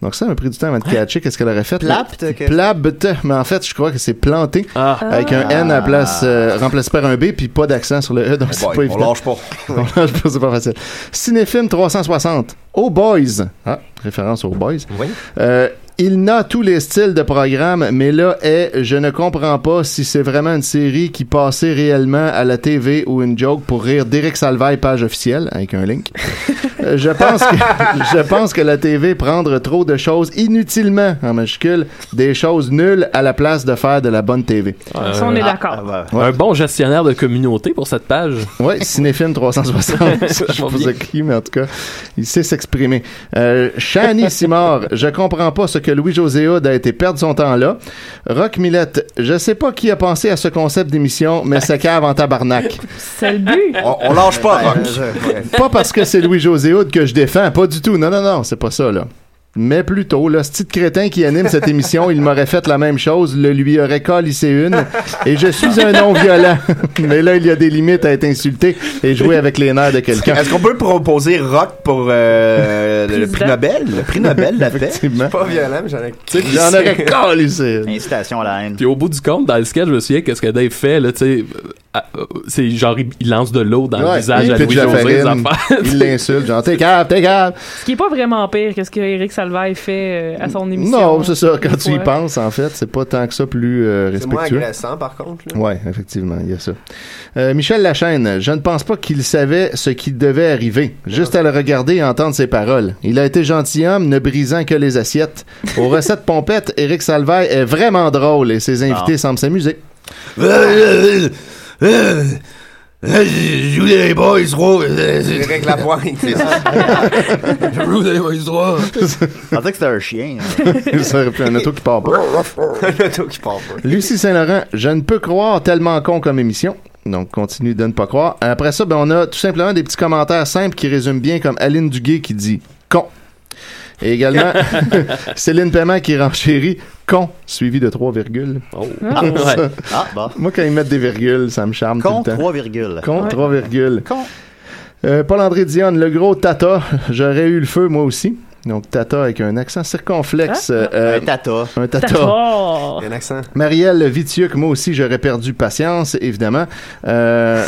H: Donc, ça m'a pris du temps avant de catcher qu'est-ce qu'elle aurait fait.
F: Plapt,
H: mais-
F: que-
H: Plabt, mais en fait, je crois que c'est planté. Avec un N à la place, euh, remplacé par un B, puis pas d'accent sur le E, donc
J: Oh
H: c'est
J: boy,
H: pas
J: on
H: évident.
J: lâche pas.
H: On lâche pas, c'est pas facile. Cinéfilm 360. Oh Boys. Ah, référence aux Boys. Euh, il n'a tous les styles de programme, mais là est, je ne comprends pas si c'est vraiment une série qui passait réellement à la TV ou une joke pour rire Derek Salvaille, page officielle, avec un link. Euh, je pense que, je pense que la TV prendre trop de choses inutilement, en majuscule, des choses nulles à la place de faire de la bonne TV.
E: Ça, on est d'accord.
G: Euh,
F: ah, ben,
G: Un bon gestionnaire de communauté pour cette page.
H: Oui, Cinéfilm 360. je sais pas qui, mais en tout cas, il sait s'exprimer. Euh, Shani Simard, je comprends pas ce que Louis-José Hood a été perdre son temps là. Rock Millette, je sais pas qui a pensé à ce concept d'émission, mais ça cave en tabarnak.
E: C'est le but.
H: on lâche pas, Rock.
F: Ouais.
H: Pas parce que c'est Louis-José Hood que je défends, pas du tout. Non, non, non, c'est pas ça, là. Mais plutôt, le petit crétin qui anime cette émission, il m'aurait fait la même chose, le lui aurait collissé une, et je suis un non-violent. Mais là, il y a des limites à être insulté et jouer avec les nerfs de quelqu'un.
J: Est-ce qu'on peut proposer rock pour euh, le prix Nobel? Le prix Nobel, la paix?
H: Effectivement.
K: Pas violent, mais j'en ai.
G: Tu sais, puis c'est-
F: Incitation à la haine.
G: Puis au bout du compte, dans le sketch, je me souviens qu'est-ce que Dave fait, là, tu sais, euh, à- euh, c'est genre, il il lance de l'eau dans
H: Ouais,
G: le visage
H: il
G: à
H: pitche la
G: Louis-José, les
H: farine,
G: affaires.
H: Il l'insulte, genre, t'es cave, t'es cave.
E: Ce qui est pas vraiment pire que ce que Eric Salvaille fait euh, à son émission.
H: Non, c'est ça, quand tu y
E: Ouais.
H: penses, en fait, c'est pas tant que ça plus euh,
K: C'est moins
H: respectueux.
K: agressant, par contre. là.
H: Ouais, effectivement, il y a ça. Euh, Michel Lachaîne, je ne pense pas qu'il savait ce qui devait arriver, juste à le regarder et entendre ses paroles. Il a été gentilhomme, ne brisant que les assiettes. Aux recettes pompettes, Éric Salvaille est
O: Ah.
H: vraiment drôle et ses invités semblent s'amuser.
O: Euh, euh, euh, euh, Je joue les boys, gros.
K: Direct la pointe.
O: Je joue les boys, gros.
F: Je pensais que c'était un chien.
H: Ça aurait pu un auto qui part pas.
K: Un auto qui part pas.
H: Lucie Saint-Laurent, je ne peux croire tellement con comme émission. Donc, continue de ne pas croire. Après ça, ben, on a tout simplement des petits commentaires simples qui résument bien, comme Aline Duguay qui dit con. Et également, Céline Paiement qui renchérit con, suivi de trois virgules.
F: Ah,
H: Ça-
F: ouais. Ah, bah.
H: Moi, quand ils mettent des virgules, ça me charme
F: Con,
H: tout le temps.
F: trois virgules.
H: Con,
F: Ouais.
H: trois virgules.
F: Con.
H: Euh, Paul-André Dionne, le gros Tata, j'aurais eu le feu moi aussi. Donc, Tata avec un accent circonflexe.
F: Hein?
H: euh,
F: Un tata.
H: Un Tata.
G: Oh.
K: Il y a un accent.
H: Marielle Vitiuc, moi aussi, j'aurais perdu patience, évidemment. Euh,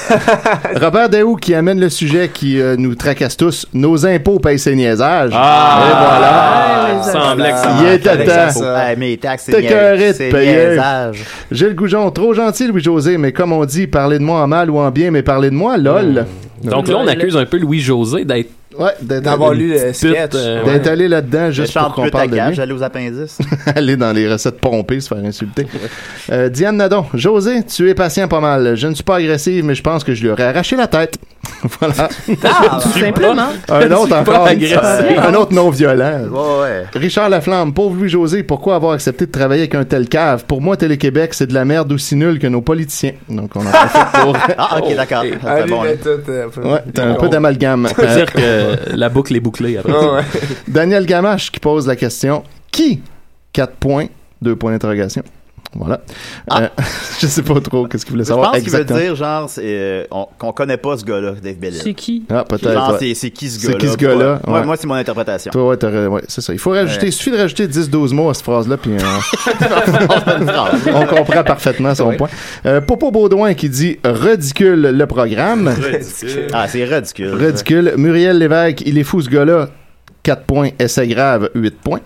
H: Robert Daou qui amène le sujet qui euh, nous tracasse tous. Nos impôts payent ces niaisages.
F: Ah!
H: Et voilà.
F: Ah, les Semblait que ça
H: Il était
F: manquait les
H: temps.
F: impôts. Ah, mes taxes, c'est
H: T'es
F: niais-
H: carré
F: c'est
H: de payer.
F: niaisage.
H: Gilles Goujon, trop gentil, Louis-José, mais comme on dit, parlez de moi en mal ou en bien, mais parlez de moi, lol.
G: Donc là, on accuse un peu Louis-José d'être.
H: Ouais,
K: D'avoir lu le sketch.
H: D'être allé là-dedans juste pour qu'on parle de lui.
F: J'allais aux appendices.
H: aller dans les recettes pompées, se faire insulter. Euh, Diane Nadon, José, tu es patient pas mal. Je ne suis pas agressive, mais je pense que je lui aurais arraché la tête.
F: Ah,
H: voilà.
F: simplement.
H: Un autre
F: Je suis pas
H: encore.
F: agressif.
H: Un autre non violent.
F: Ouais, ouais.
H: Richard Laflamme, pauvre Louis-José, pourquoi avoir accepté de travailler avec un tel cave? Pour moi, Télé-Québec, c'est de la merde aussi nulle que nos politiciens. Donc, on en profite pour...
F: Ah, ok, d'accord. C'est
K: Oh, Allez,
F: bon, là.
K: mais tout, euh, peu-
H: Ouais, t'as un peu d'amalgame.
G: Ça veut dire que la boucle est bouclée après.
K: Ah ouais.
H: Daniel Gamache qui pose la question Qui 4 points, 2 points d'interrogation. Voilà. Euh, je sais pas trop qu'est-ce qu'il voulait
F: Ah. Je
H: savoir
F: pense qu'il veut
H: exactement.
F: dire, genre, c'est, euh, on- qu'on connaît pas ce gars-là, Dave Bell.
M: C'est qui?
H: Ah, peut-être.
F: Genre,
H: ouais.
F: c'est- c'est qui ce
H: C'est
F: gars-là?
H: qui ce gars-là?
F: Ouais, moi, c'est mon interprétation.
H: Toi, ouais, t'aurais- ouais, c'est ça. Il faut rajouter,
F: Ouais.
H: il suffit de rajouter 10-12 mots à cette phrase-là, puis euh, on
F: on
H: comprend parfaitement son
F: Ouais.
H: point. Euh, Popo Baudouin qui dit ridicule le programme.
F: Ah, c'est ridicule.
H: Ridicule. Muriel Lévesque, il est fou ce gars-là. 4 points. Essai grave, 8 points.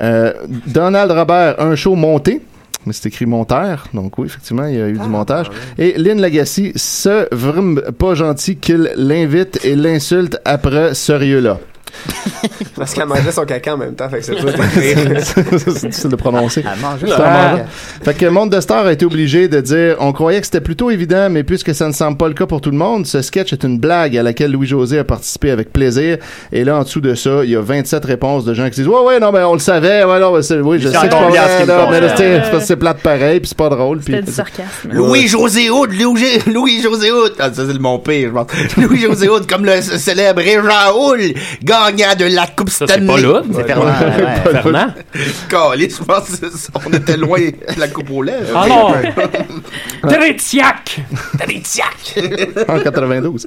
H: Euh, Donald Robert, un show monté. Mais c'est écrit monteur, donc oui, effectivement, il y a eu du montage. Et Lynn Lagacy, ce vrim pas gentil qu'il l'invite et l'insulte après sérieux-là.
K: Parce qu'elle mangeait son caca en même temps, fait que c'est tout.
H: c'est difficile de prononcer. C'est
K: manger le
H: un
K: caca.
H: mangeant. Fait que Monde de Star a été obligé de dire on croyait que c'était plutôt évident, mais puisque ça ne semble pas le cas pour tout le monde, ce sketch est une blague à laquelle Louis-José a participé avec plaisir. Et là, en dessous de ça, il y a 27 réponses de gens qui disent Ouais, ouais, non, mais on le savait, ouais, non, mais c'est- oui, je
F: Ils
H: sais
F: sont
H: que c'est pas
F: combien à ce
H: vrai,
F: qu'ils me
H: là, mais là,
F: concernent?
H: c'est c'est parce que c'est plate pareil, puis c'est pas drôle. puis-
I: C'était du sarcasme.
O: Louis-José Houd, Louis- Louis-José Houd. Ah, ça, c'est le- mon pire, je pense. Louis-José Houd, comme le c- célèbre Régent Houle, gagnant de la Coupe Stanley.
G: pas Hood, c'est Ouais. Fernand, ouais. Fernand.
O: Caliste, je pense que c'est- on était loin de la Coupe au lait.
G: Alors.
O: Tritiac! Tritiac!
H: en 92.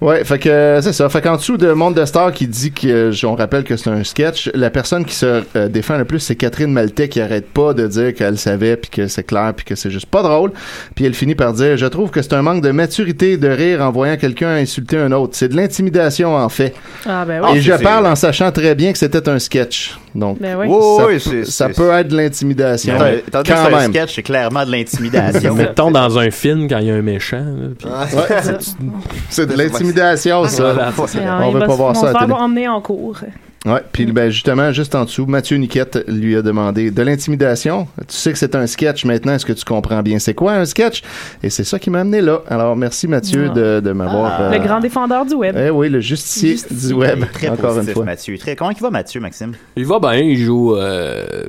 H: Ouais, fait que euh, c'est ça. Fait qu'en dessous de Monde de Star qui dit que, euh, on rappelle que c'est un sketch, la personne qui se euh, défend le plus, c'est Catherine Maltais qui arrête pas de dire qu'elle savait, puis que c'est clair, puis que c'est juste pas drôle. Puis elle finit par dire, je trouve que c'est un manque de maturité de rire en voyant quelqu'un insulter un autre. C'est de l'intimidation en fait.
E: Ah, ben oui.
H: Et je parle en sachant très bien que c'était un sketch. Donc,
E: Ben oui.
F: Oh,
H: ça,
F: oui,
H: peut-
F: c'est-
H: ça
F: c'est-
H: peut être de l'intimidation.
F: Attends, Tandis que
H: Quand
F: c'est un
H: même.
F: sketch, c'est clairement de l'intimidation.
G: Mettons dans un film quand il y a un méchant. là, puis-
H: Ouais, c'est- c'est de l'intimidation,
E: Ah,
H: ça.
G: Voilà,
H: On
G: c'est ça.
H: veut pas voir ça à la télé.
I: emmener en cours.
H: Ouais, puis ben justement, juste en dessous, Mathieu Niquette lui a demandé de l'intimidation. Tu sais que c'est un sketch maintenant, est-ce que tu comprends bien c'est quoi un sketch? Et c'est ça qui m'a amené là. Alors merci Mathieu
E: Ah.
H: de, de m'avoir.
E: Le grand défendeur du web.
H: Eh oui, le justicier, du web.
F: Très
H: encore
F: positif,
H: une fois.
F: Mathieu. Très... Comment il va, Mathieu, Maxime?
G: Il va bien, il joue. euh,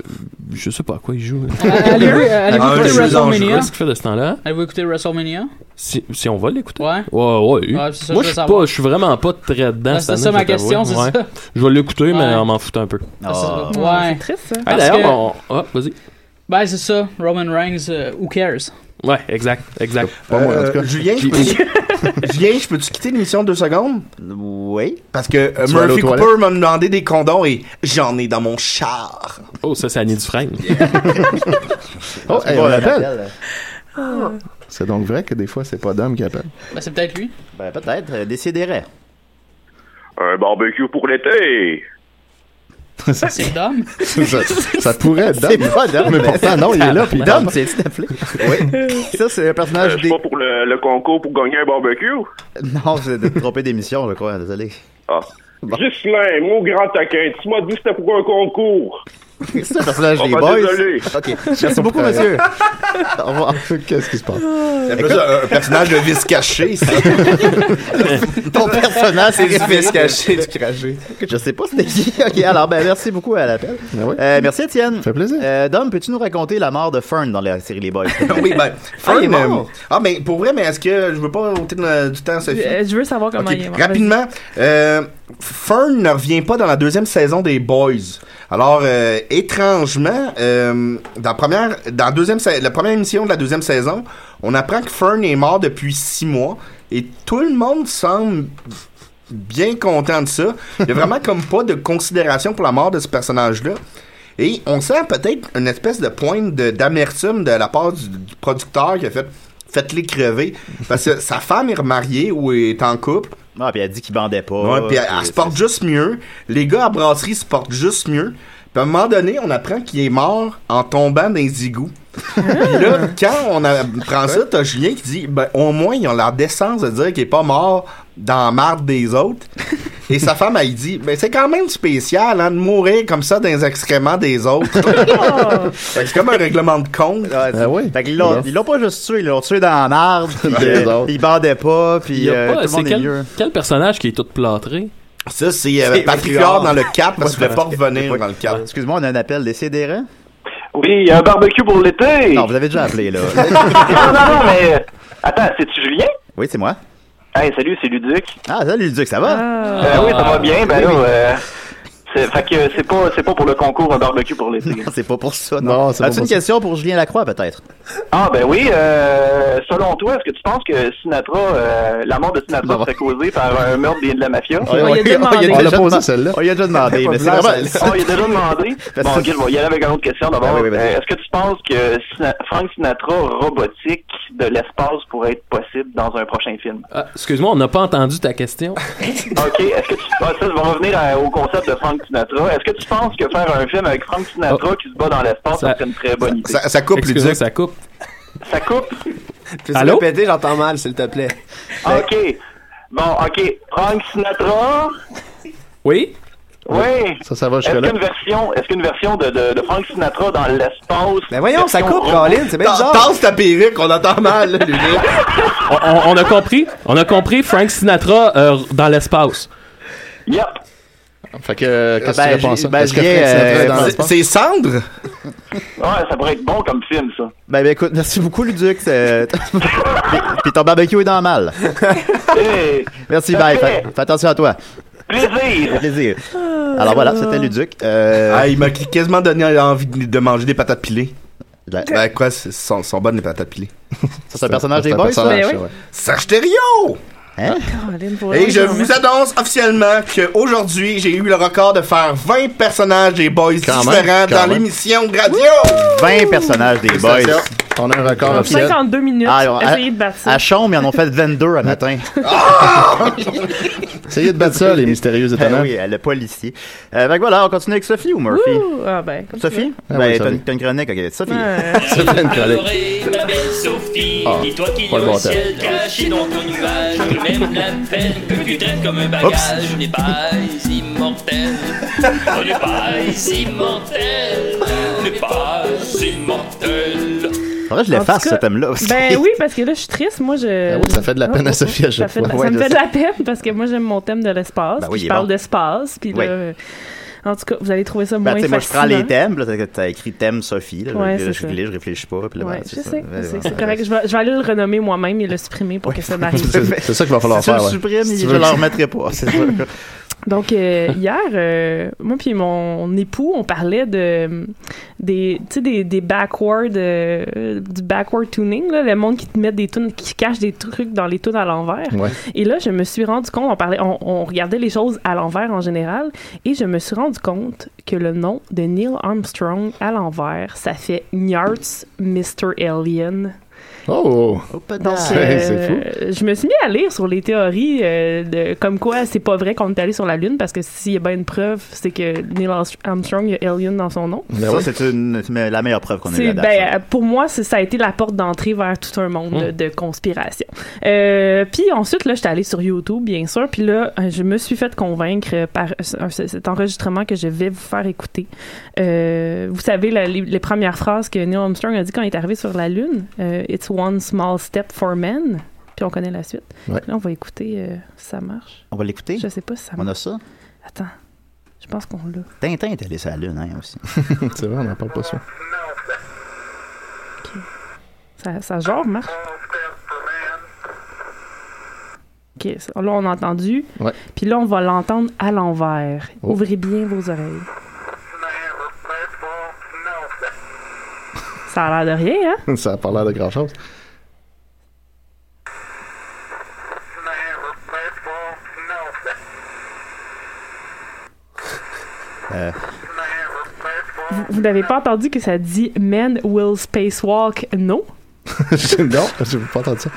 G: je sais pas à quoi il joue.
M: Allez-vous Euh, allez-vous
G: Ah,
M: écouter
G: je suis
M: WrestleMania?
G: dangereux, ce qu'il fait de ce temps-là?
M: Allez-vous écouter WrestleMania?
G: Si, si on va l'écouter.
M: Ouais.
G: Ouais, ouais.
M: Ouais, c'est ça, je
G: Moi, je
M: veux
G: suis
M: savoir.
G: pas, je suis vraiment pas très dedans.
M: Ah,
G: cette
M: c'est ça
G: année,
M: ma
G: je vais t'avouer.
M: question, c'est
G: Ouais.
M: ça.
G: Je vais l'écouter, mais
M: Ouais.
G: on m'en fout un peu.
F: Ah.
M: Ouais.
E: C'est triste, ça.
G: Ah,
M: Parce
G: D'ailleurs,
M: que-
G: on- ah, vas-y.
M: Ben, c'est ça. Roman Reigns, euh, who cares?
G: Ouais, exact, exact.
H: Pas
J: moi, en tout cas. Euh, Julien, je peux- Julien, je peux-tu quitter l'émission deux secondes?
F: Oui.
J: Parce que euh,
G: Tu vas aller aux
J: Murphy Cooper
G: toilettes?
J: m'a demandé des condons et j'en ai dans mon char.
G: Oh, ça, c'est Annie Dufresne.
H: Oh,
F: C'est
H: hey,
F: pas
H: on
F: un
H: l'appelle.
F: appel.
H: C'est donc vrai que des fois, c'est pas d'homme qui appelle.
M: Ah. Ben, c'est peut-être lui.
F: Ben, peut-être. Euh, Décidérez.
P: Un barbecue pour l'été.
M: C'est Dom.
H: ça, ça pourrait être d'homme.
F: C'est pas d'homme.
H: Mais pourtant, non, il est là, puis il
F: Dom,
H: donne.
F: c'est s'il te plaît. Oui. Ça, c'est un personnage
P: Euh, c'est pas pour le, le concours pour gagner un barbecue.
F: Non, c'est de tromper d'émission, je crois. Désolé.
P: Ah. Ghislain, mon grand taquin, tu m'as dit que c'était pour un concours.
F: C'est un personnage
P: Oh,
F: des
P: ben,
F: boys.
P: désolé.
F: Ok. Merci beaucoup, monsieur. Au revoir.
H: Qu'est-ce qui se passe?
E: Euh,
J: C'est plus un, un personnage de vice caché, ça.
F: Ton personnage, c'est
J: C'est du fils caché,
F: du craché. Je sais pas c'était qui. OK, alors, ben, merci beaucoup à l'appel.
J: Ah
F: Euh, merci, Étienne. Ça fait plaisir. Dom, peux-tu nous raconter la mort de Fern dans la série Les Boys?
J: oui, ben,
F: Ah, il est
J: Fern, euh,
F: mort.
J: ah, mais pour vrai, mais est-ce que je veux pas ôter de- du temps, Sophie?
E: Euh, je veux savoir comment
J: Ok,
E: il est mort.
J: Rapidement, euh, Fern ne revient pas dans la deuxième saison des Boys. Alors, euh, étrangement, euh, dans, la première, dans la, deuxième, sa- la première émission de la deuxième saison, on apprend que Fern est mort depuis six mois et tout le monde semble bien content de ça. Il n'y a vraiment comme pas de considération pour la mort de ce personnage-là. Et on sent peut-être une espèce de pointe de- d'amertume de, la part du, du producteur qui a fait faites-les crever. Parce que sa femme est remariée ou est en couple.
F: Ah, puis elle dit qu'il vendait pas.
J: Ouais, puis elle, elle se porte juste mieux. Les gars à brasserie se portent juste mieux. Puis à un moment donné, on apprend qu'il est mort en tombant dans les égouts. Puis là, quand on apprend ça, t'as Julien qui dit ben, au moins, ils ont la décence de dire qu'il est pas mort dans la marde des autres. Et sa femme, elle dit ben, c'est quand même spécial hein, de mourir comme ça dans les excréments des autres. Fait que c'est comme un règlement de compte.
F: Ah oui. Fait qu'ils l'ont, ils l'ont pas juste tué, ils l'ont tué dans la marde, puis
G: Des
F: euh,
G: autres.
F: ils bandaient pas, puis
G: Y a
F: euh,
G: pas-
F: tout le
G: c'est
F: monde est
G: quel,
F: mieux.
G: quel personnage qui est tout plâtré?
J: Ça, c'est
F: euh,
J: Patrick Huard dans le cap, parce qu'il voulait pas revenir dans le cap.
F: Excuse-moi, on a un appel décidéré.
Q: Oui, il y a un barbecue pour l'été.
F: Non, vous avez déjà appelé, là.
Q: non, non, non, mais. euh, Attends, c'est-tu Julien?
F: oui, c'est moi.
Q: Hey, salut, c'est Luduc.
F: Ah, salut, Luduc, ça va?
Q: Euh, oui, ça va bien. Ben là, euh, c'est, fait que c'est pas, c'est pas pour le concours un barbecue pour l'été.
F: c'est pas pour ça, non.
Q: c'est pas
F: As-tu
Q: pour
F: une
Q: ça.
F: question pour Julien Lacroix, peut-être?
Q: Ah, ben oui. euh, selon toi, est-ce que tu penses que Sinatra, euh, la mort de Sinatra serait causée par un meurtre des- de la mafia?
F: Ah, On l'a posé, celle-là. On lui Ah, a déjà demandé, mais c'est vraiment...
Q: Ah, il a déjà demandé. Bon, ok, je vais y aller avec une autre question d'abord. Euh, Est-ce que tu penses que Sina- Frank Sinatra robotique de l'espace pourrait être possible dans un prochain film?
G: Ah, excuse-moi, on n'a pas entendu ta question.
Q: OK. Est-ce que tu. ah, ça, je vais revenir à- au concept de Frank Sinatra. Est-ce que tu penses que faire un film avec Frank Sinatra qui se bat dans l'espace, ça serait une très bonne idée?
J: Ça, ça coupe,
G: Excuse-moi,
J: Luduc.
G: ça coupe.
Q: Ça coupe?
K: Fais-tu
Q: Allô?
K: répéter, j'entends mal, s'il te plaît. Ah, Ben,
Q: OK. Bon, OK. Frank Sinatra.
G: Oui?
Q: Oui.
H: Ça, ça va
Q: Est-ce
H: jusque-là.
Q: qu'une version, est-ce qu'une version de, de, de Frank Sinatra dans l'espace.
K: Ben voyons, ça
Q: version
K: coupe,
Q: robot-
K: Caroline, c'est bien
Q: Dans-
K: bizarre.
J: Tasse ta perruque, on entend mal, là, Luduc.
G: On, on- on a compris? On a compris Frank Sinatra euh, dans l'espace.
Q: Yep.
H: Fait que, euh, qu'est-ce
G: Ben,
H: que tu
G: j'ai-
H: réponds
G: ben,
H: à ça? Est-ce que
G: j'ai,
H: Frank Sinatra est
G: euh,
H: dans
G: c'est-
H: l'espace?
J: c'est cendre?
Q: Ouais, Ah, ça pourrait être bon comme film, ça.
F: Ben, ben, écoute, merci beaucoup, Luduc. c'est- puis, puis ton barbecue est dans le mal.
Q: Hey,
F: Merci,
Q: ça
F: bye.
Q: fait
F: Fais, fais attention à toi.
Q: Plaisir.
F: Plaisir. Alors voilà, c'était Euh, Luduc.
J: Ah, il m'a qui- quasiment donné envie de de manger des patates pilées.
F: La...
J: Ben quoi, c'est- sont, sont bonnes les patates pilées.
F: c'est un personnage des boys, ça? Ben oui.
J: Serge Thériault!
F: Hein?
J: Et je vous annonce officiellement qu'aujourd'hui, j'ai eu le record de faire 20 personnages des boys
F: Quand même,
J: différents
F: quand
J: dans
F: même.
J: l'émission de radio!
F: 20 personnages des boys.
J: Félicitations.
F: On a un record
E: En 52 minutes, essayez de battre ça.
F: À Chaume, ils en ont fait 22 un matin.
H: Ah! Essayez de battre ça, les mystérieux étonnants.
F: Ah oui, le policier. Euh, fait que voilà, on continue avec Sophie ou Murphy?
E: Ouh, ah ben, comme tu
F: Sophie?
E: veux.
F: ben,
H: oui,
F: t'as
H: Sophie.
F: une- t'as une chronique, ok. Sophie.
E: Ouais.
H: Sophie a une chronique.
R: Ma belle Sophie,
H: Ah,
R: dis-toi qu'il y
H: pas
R: a
H: le bon
R: un ciel caché dans ton nuage. Même la peine que tu traites comme un bagage n'est pas immortel. On n'est pas immortel. On n'est pas immortel.
F: Faudrait que je
E: En
F: l'efface,
E: tout
F: ce
E: cas,
F: thème-là. parce que-
E: Ben oui, parce que là, je suis triste. Moi, je.
F: Ben oui, ça fait de la peine à Sophie à chaque
E: ça fait de-
F: fois. Ouais,
E: ça me
F: je
E: fait de
F: sais.
E: la peine parce que moi, j'aime mon thème de l'espace.
F: Ben oui,
E: puis
F: il est
E: je parle
F: bon.
E: d'espace. Puis
F: Oui.
E: là, euh, en tout cas, vous allez trouver ça
F: Ben,
E: moins
F: tu sais, moi, je prends
E: fascinant.
F: les thèmes, puis là, t'as- t'as écrit thème Sophie, là, je-
E: Ouais,
F: je,
E: c'est
F: je,
E: ça.
F: glisse, je réfléchis pas, puis là,
E: Ouais,
F: ben,
E: je
F: c'est ça.
E: sais, je
F: Ouais,
E: sais,
F: ouais.
E: c'est correct. Je vais, je vais aller le renommer moi-même et le supprimer pour que ça n'arrive plus.
F: C'est c'est ça qu'il va falloir
H: Si tu
F: faire.
H: le
F: ouais.
H: supprimes,
F: Si
H: il-
F: tu veux,
H: je
F: je
H: le
F: le remettrai pas. C'est ça.
E: Donc euh, hier, euh, moi puis mon époux, on parlait de des tu sais des, des backward euh, du backward tuning là, le monde qui te met des tunes qui cache des trucs dans les tunes à l'envers.
H: Ouais.
E: Et là, je me suis rendu compte, on parlait, on, on regardait les choses à l'envers en général, et je me suis rendu compte que le nom de Neil Armstrong à l'envers, ça fait Nyarts Mr Alien.
H: Oh!
E: Donc, euh, je me suis mis à lire sur les théories euh, de comme quoi c'est pas vrai qu'on est allé sur la Lune parce que s'il y a bien une preuve, c'est que Neil Armstrong il y a Alien dans son
H: Ben
E: nom.
F: Ça, c'est une- mais la meilleure preuve qu'on a
E: C'est-
F: eu à date,
E: ben,
F: ça.
E: euh, pour moi, c'est- ça a été la porte d'entrée vers tout un monde
F: Mm.
E: de, de conspiration. Euh, puis ensuite, là, j'étais allée sur YouTube, bien sûr. Puis là, euh, je me suis fait convaincre euh, par ce- un- ce- cet enregistrement que je vais vous faire écouter. Euh, vous savez, la- les, les premières phrases que Neil Armstrong a dit quand il est arrivé sur la Lune, euh, It's one small step for man. Puis on connaît la suite.
F: Ouais.
E: Puis Là, on va écouter euh, si ça marche.
F: On va l'écouter?
E: Je sais pas si ça
F: On
E: marche.
F: a ça?
E: Attends, je pense qu'on l'a.
F: Tintin est allé sur la Lune, hein, aussi.
H: c'est vrai, on n'en parle pas ça.
E: Ça, ça genre marche. OK, ça- là, on a entendu.
H: Ouais.
E: Puis là, on va l'entendre à l'envers.
H: Oh.
E: Ouvrez bien vos oreilles. Ça a l'air de rien, hein?
H: ça a pas l'air de grand chose. Euh,
E: Vous, vous n'avez pas entendu que ça dit « Men will spacewalk no
H: non, je n'ai pas entendu ça.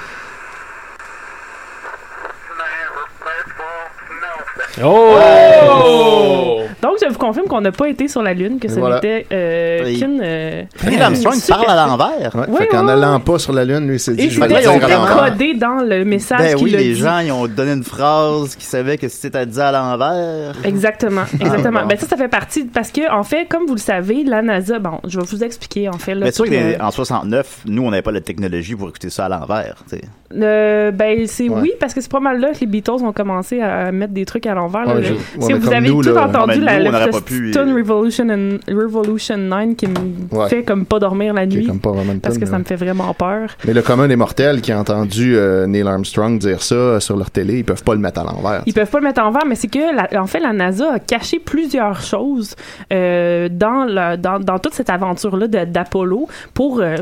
G: Oh! ».
E: Donc, je vous confirme qu'on n'a pas été sur la Lune, que
H: Et
E: ce
H: Oh! voilà.
E: n'était euh, qu'une... euh,
H: Neil
E: Armstrong
H: Armstrong
E: une parle à
F: l'envers.
H: Ouais,
E: Oui,
H: fait qu'en
E: oui,
H: allant pas sur la Lune, lui, il s'est dit,
E: Et
H: je vais
E: c'était
H: le dire à l'envers.
E: codé dans le message
F: Ben oui,
E: qu'il a
F: les
E: dit.
F: gens, ils ont donné une phrase qui savait que c'était à dire à l'envers.
E: Exactement, exactement.
F: Ah, bon.
E: Ben ça, ça fait partie parce que en fait, comme vous le savez, la NASA, bon, je vais vous expliquer en fait. Là,
F: Mais c'est sûr
E: tout euh, le-
F: qu'en 69, nous, on n'avait pas la technologie pour écouter ça à l'envers. tu sais.
E: Euh, ben c'est
F: Ouais.
E: oui parce que c'est pas mal là que les Beatles ont commencé à mettre des trucs à l'envers.
F: Ouais,
E: là.
F: je-
E: Le-
F: ouais,
E: si
F: mais
E: vous
F: comme
E: avez
F: nous,
E: tout
F: là, ouais,
E: entendu la
F: mais nous,
E: le
F: on n'aurait pas pu,
E: Stone Revolution and- Revolution 9 qui me
H: Ouais.
E: fait comme pas dormir la
H: Qui est
E: nuit
H: comme pas vraiment une
E: parce
H: tonne,
E: que ça
H: là.
E: me fait vraiment peur.
H: Mais le commun des mortels qui a entendu euh, Neil Armstrong dire ça euh, sur leur télé, ils peuvent pas le mettre à l'envers.
E: Ils peuvent pas le mettre en vert, mais c'est que, la- en fait, la NASA a caché plusieurs choses euh, dans, la- dans, dans toute cette aventure-là de- d'Apollo pour euh,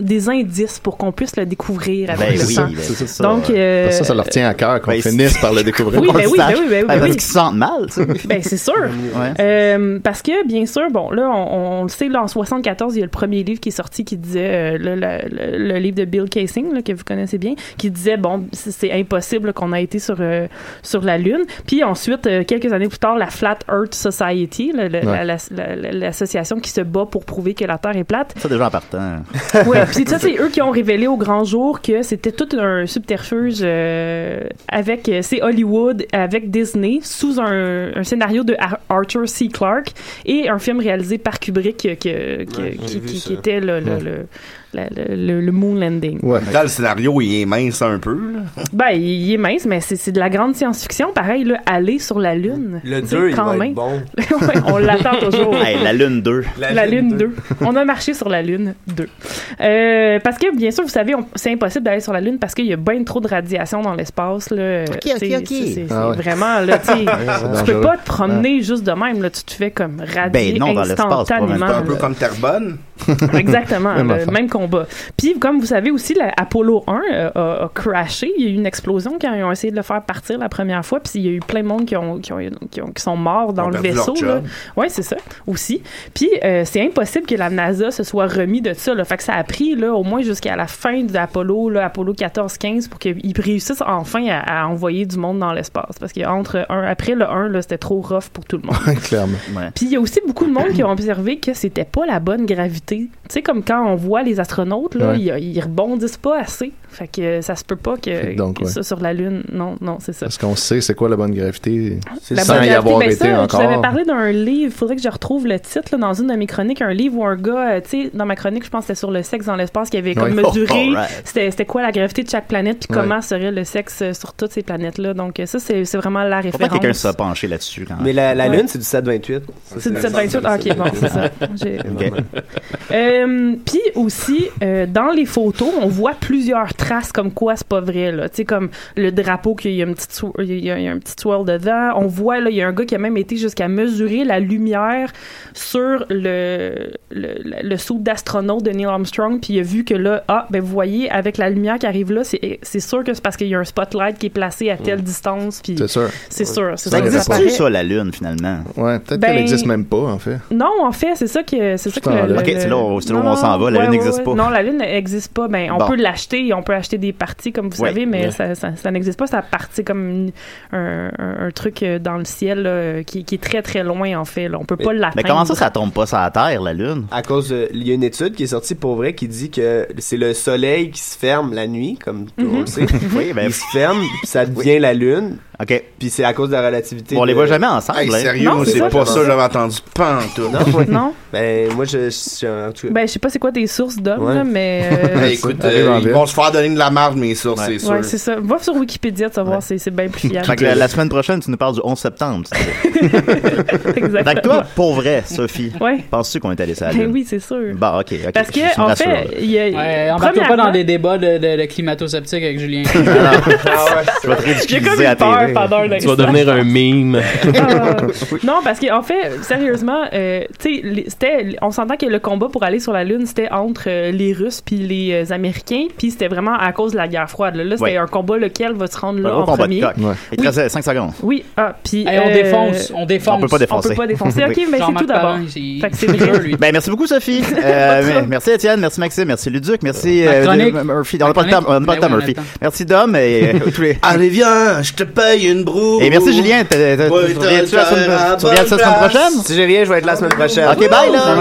E: des indices pour qu'on puisse le découvrir
H: Ben
E: avec le temps. Donc, euh,
H: ça, ça leur tient à cœur qu'on
F: Ben,
H: finisse par le découvrir.
E: Oui, ben oui, ben oui, ben oui, ben
F: Parce
E: oui.
F: qu'ils se sentent mal, tu sais.
E: Ben, c'est sûr.
F: Ouais.
E: Euh, parce que, bien sûr, bon, là, on, on le sait, là, en 74, il y a le premier livre qui est sorti qui disait, euh, le, le- le- le livre de Bill Casing, là, que vous connaissez bien, qui disait, bon, c'est- c'est impossible là, qu'on a été sur, euh, sur la Lune. Puis ensuite, euh, quelques années plus tard, la Flat Earth Society, là, le-
F: Ouais.
E: la- la- la- la- l'association qui se bat pour prouver que la Terre est plate,
F: Ça, déjà en partant.
E: oui, puis ça, c'est eux qui ont révélé au grand jour que c'était tout un subterfuge euh, avec, euh, c'est Hollywood, avec Disney, sous un, un scénario de Ar- Arthur C. Clarke et un film réalisé par Kubrick euh, que- que-
J: Ouais, j'ai
E: qui,
J: vu
E: qui-
J: ça.
E: qui était le, le,
J: Ouais.
E: le- la- le- le- le moon landing.
J: Dans le scénario, il est mince un peu. là.
E: Ben, il il est mince, mais c'est c'est de la grande science-fiction. Pareil, là, aller sur la Lune.
F: Le
E: tu sais,
F: deux, il va être
K: bon.
E: Ouais, on l'attend toujours.
F: Hey, la Lune 2.
E: La, Lune 2. on a marché sur la Lune 2. Euh, parce que, bien sûr, vous savez, on- c'est impossible d'aller sur la Lune parce qu'il y a bien trop de radiation dans l'espace. Là.
F: Ok,
E: Tu
F: ok,
E: sais,
F: ok.
E: C'est, c'est- c'est
F: Ah ouais.
E: vraiment, là, tu sais,
F: c'est
E: tu peux
F: dangereux.
E: pas te promener juste de même. Là, tu te fais comme radier
F: Ben non, dans l'espace, pas en même
E: Ah, instantanément.
F: temps.
J: Un peu
E: là.
J: comme Terrebonne.
E: Exactement,
J: Même
E: le
J: affaire.
E: même combat. Puis, comme vous savez aussi, la Apollo 1 euh, a, a crashé. Il y a eu une explosion quand ils ont essayé de le faire partir la première fois. Puis, il y a eu plein de monde qui, ont, qui, ont- qui ont- qui sont morts dans
J: Ils ont
E: le
J: perdu leur
E: vaisseau.
J: job.
E: là. Oui, c'est ça, aussi. Puis, euh, c'est impossible que la NASA se soit remis de ça. Là. Fait que ça a pris là, au moins jusqu'à la fin d'Apollo, là, Apollo 14-15, pour qu'ils réussissent enfin à, à envoyer du monde dans l'espace. Parce qu'entre un, après le 1, là, c'était trop rough pour tout le monde.
H: Clairement.
E: Puis il y a aussi beaucoup de monde qui ont observé que c'était pas la bonne gravité. Tu sais, comme quand on voit les astronautes, là,
H: Ouais.
E: ils, ils rebondissent pas assez. Fait que euh, ça se peut pas que,
H: que donc,
E: que
H: ouais.
E: ça sur la Lune. Non, non, c'est ça.
H: Parce qu'on sait c'est quoi la bonne gravité
E: La
H: sans
E: bonne
H: y
E: gravité,
H: avoir
E: ben
H: été
E: ça,
H: encore.
E: Je vous avais parlé d'un livre, faudrait que je retrouve le titre là, dans une de mes chroniques, un livre où un gars, euh, tu sais, dans ma chronique, je pense que c'était sur le sexe dans l'espace, qui avait comme
I: Ouais.
E: mesuré
I: Oh, alright.
E: c'était c'était quoi la gravité de chaque planète, puis
F: Ouais.
E: comment serait le sexe euh, sur toutes ces planètes-là. Donc euh, ça, c'est c'est vraiment la
F: Pourquoi
E: référence.
F: quelqu'un se soit penché là-dessus quand même?
K: Mais la, la
E: Ouais.
K: Lune, c'est du 728.
E: C'est du 728? Ah, ok, bon, c'est ça. J'ai-
K: Ok.
E: Euh, Puis aussi, euh, dans les photos, on voit plusieurs traces comme quoi c'est pas vrai là. Tu sais comme le drapeau qu'il y a une petite sw- il y a, il y a un petit swirl dedans. On voit là il y a un gars qui a même été jusqu'à mesurer la lumière sur le le, le, le soude d'astronaute de Neil Armstrong puis il a vu que là ah ben vous voyez avec la lumière qui arrive là c'est c'est sûr que c'est parce qu'il y a un spotlight qui est placé à telle
F: Mm.
E: distance puis
H: C'est sûr.
E: C'est sûr. c'est
F: Ça
E: sûr que
F: existe
E: paraît.
F: plus, ça, la Lune, finalement.
H: Ouais, peut-être
E: Ben-
H: qu'elle n'existe même pas, en fait.
E: Non, en fait, c'est ça que c'est ça que le-
F: Ok,
E: le-
F: c'est là où- c'est là où
E: Non,
F: on
E: non,
F: s'en va, la Lune n'existe pas.
E: Non, la lune n'existe pas. Ben, on
F: Bon.
E: peut l'acheter, on peut acheter des parties comme vous
F: Oui.
E: savez, mais
F: Oui.
E: ça, ça, ça n'existe pas. Ça partit comme une- un, un- un truc euh, dans le ciel là, euh, qui, qui est très très loin en fait. là. On peut pas l'atteindre.
F: tombe pas sur la Terre, la Lune?
K: À cause de- Il y a une étude qui est sortie pour vrai qui dit que c'est le soleil qui se ferme la nuit, comme tout le monde le sait.
F: Oui, ben-
K: Il se ferme, puis ça devient la lune.
F: OK.
K: Puis c'est à cause de la relativité.
F: On les
K: de-
F: voit jamais ensemble,
K: Hey,
F: hein.
K: sérieux,
F: Non, c'est
K: c'est
F: ça,
K: pas
F: c'est
K: ça,
F: ça.
K: j'avais entendu pas en tout. Non,
E: ouais. Non.
K: Ben, moi, je. je- en tout cas-
E: Ben, je sais pas c'est quoi tes sources d'hommes,
K: Ouais.
E: là, mais
K: Ouais,
E: euh,
K: c'est
J: Écoute,
K: ça.
J: euh,
K: Arrive en
J: ils
K: ville.
J: vont se faire donner de la marge, mes sources, c'est sûr.
E: ouais, c'est ça. Va sur Wikipédia de savoir, c'est c'est bien plus fiable.
F: Fait que la, la semaine prochaine, tu nous parles du 11 septembre. c'est ça.
E: Exactement.
F: fait que toi, pour vrai, Sophie,
E: Ouais.
F: penses-tu qu'on est allé sur la
E: Ben
F: Lune?
E: oui, c'est sûr.
F: Bon, OK, OK.
E: Parce
F: je
E: que
F: suis
E: en
F: rassuré.
E: fait, il y a
M: Ouais, embarque-toi pas
E: premièrement-
M: dans des débats de, de, de climato-sceptique avec Julien. Ah,
J: Ah,
F: Tu vas te
E: J'ai comme
F: ridiculiser
E: eu
F: à
E: peur
F: TV.
E: pendant un
G: Tu vas devenir un meme.
E: Non, parce qu'en fait, sérieusement, euh, tu sais, les- c'était, on s'entend que le combat pour aller sur la Lune, c'était entre euh, les Russes puis les euh, Américains, puis c'était vraiment à cause de la guerre froide. Là, Là, c'était
F: Ouais.
E: un combat lequel va se rendre là
F: Un gros
E: en
F: combat de
E: premier.
F: coq. Il te reste 5 secondes.
E: Oui, ah, puis.
M: Hey, on défonce, on défonce. hein,
F: On peut pas défoncer.
E: On peut pas défoncer. Ok,
F: Oui.
E: mais c'est
M: Jean-Marc
E: tout d'abord.
M: Parent, il-
E: Fait que c'est vrai.
F: Ben, merci beaucoup, Sophie. Euh, mais- merci, Étienne. Merci, Maxime. Merci, Luduc. Merci,
M: Ma chronique.
F: euh, Murphy. On n'a pas le temps,
M: chronique.
F: on n'a pas le
M: Ben oui, on
F: temps,
M: a
F: Murphy.
M: le temps.
F: Merci, Dom. Et, euh, tous les-
O: Allez, viens, je te paye une broue.
F: et merci, Julien. T'as- t'as-
O: Ouais,
F: Tu reviens-tu
O: t'as-
F: la semaine
O: t'as la
F: tu reviens-tu la semaine
O: bonne
F: prochaine?
K: Si je viens, je vais être là la semaine prochaine.
F: OK, bye, là.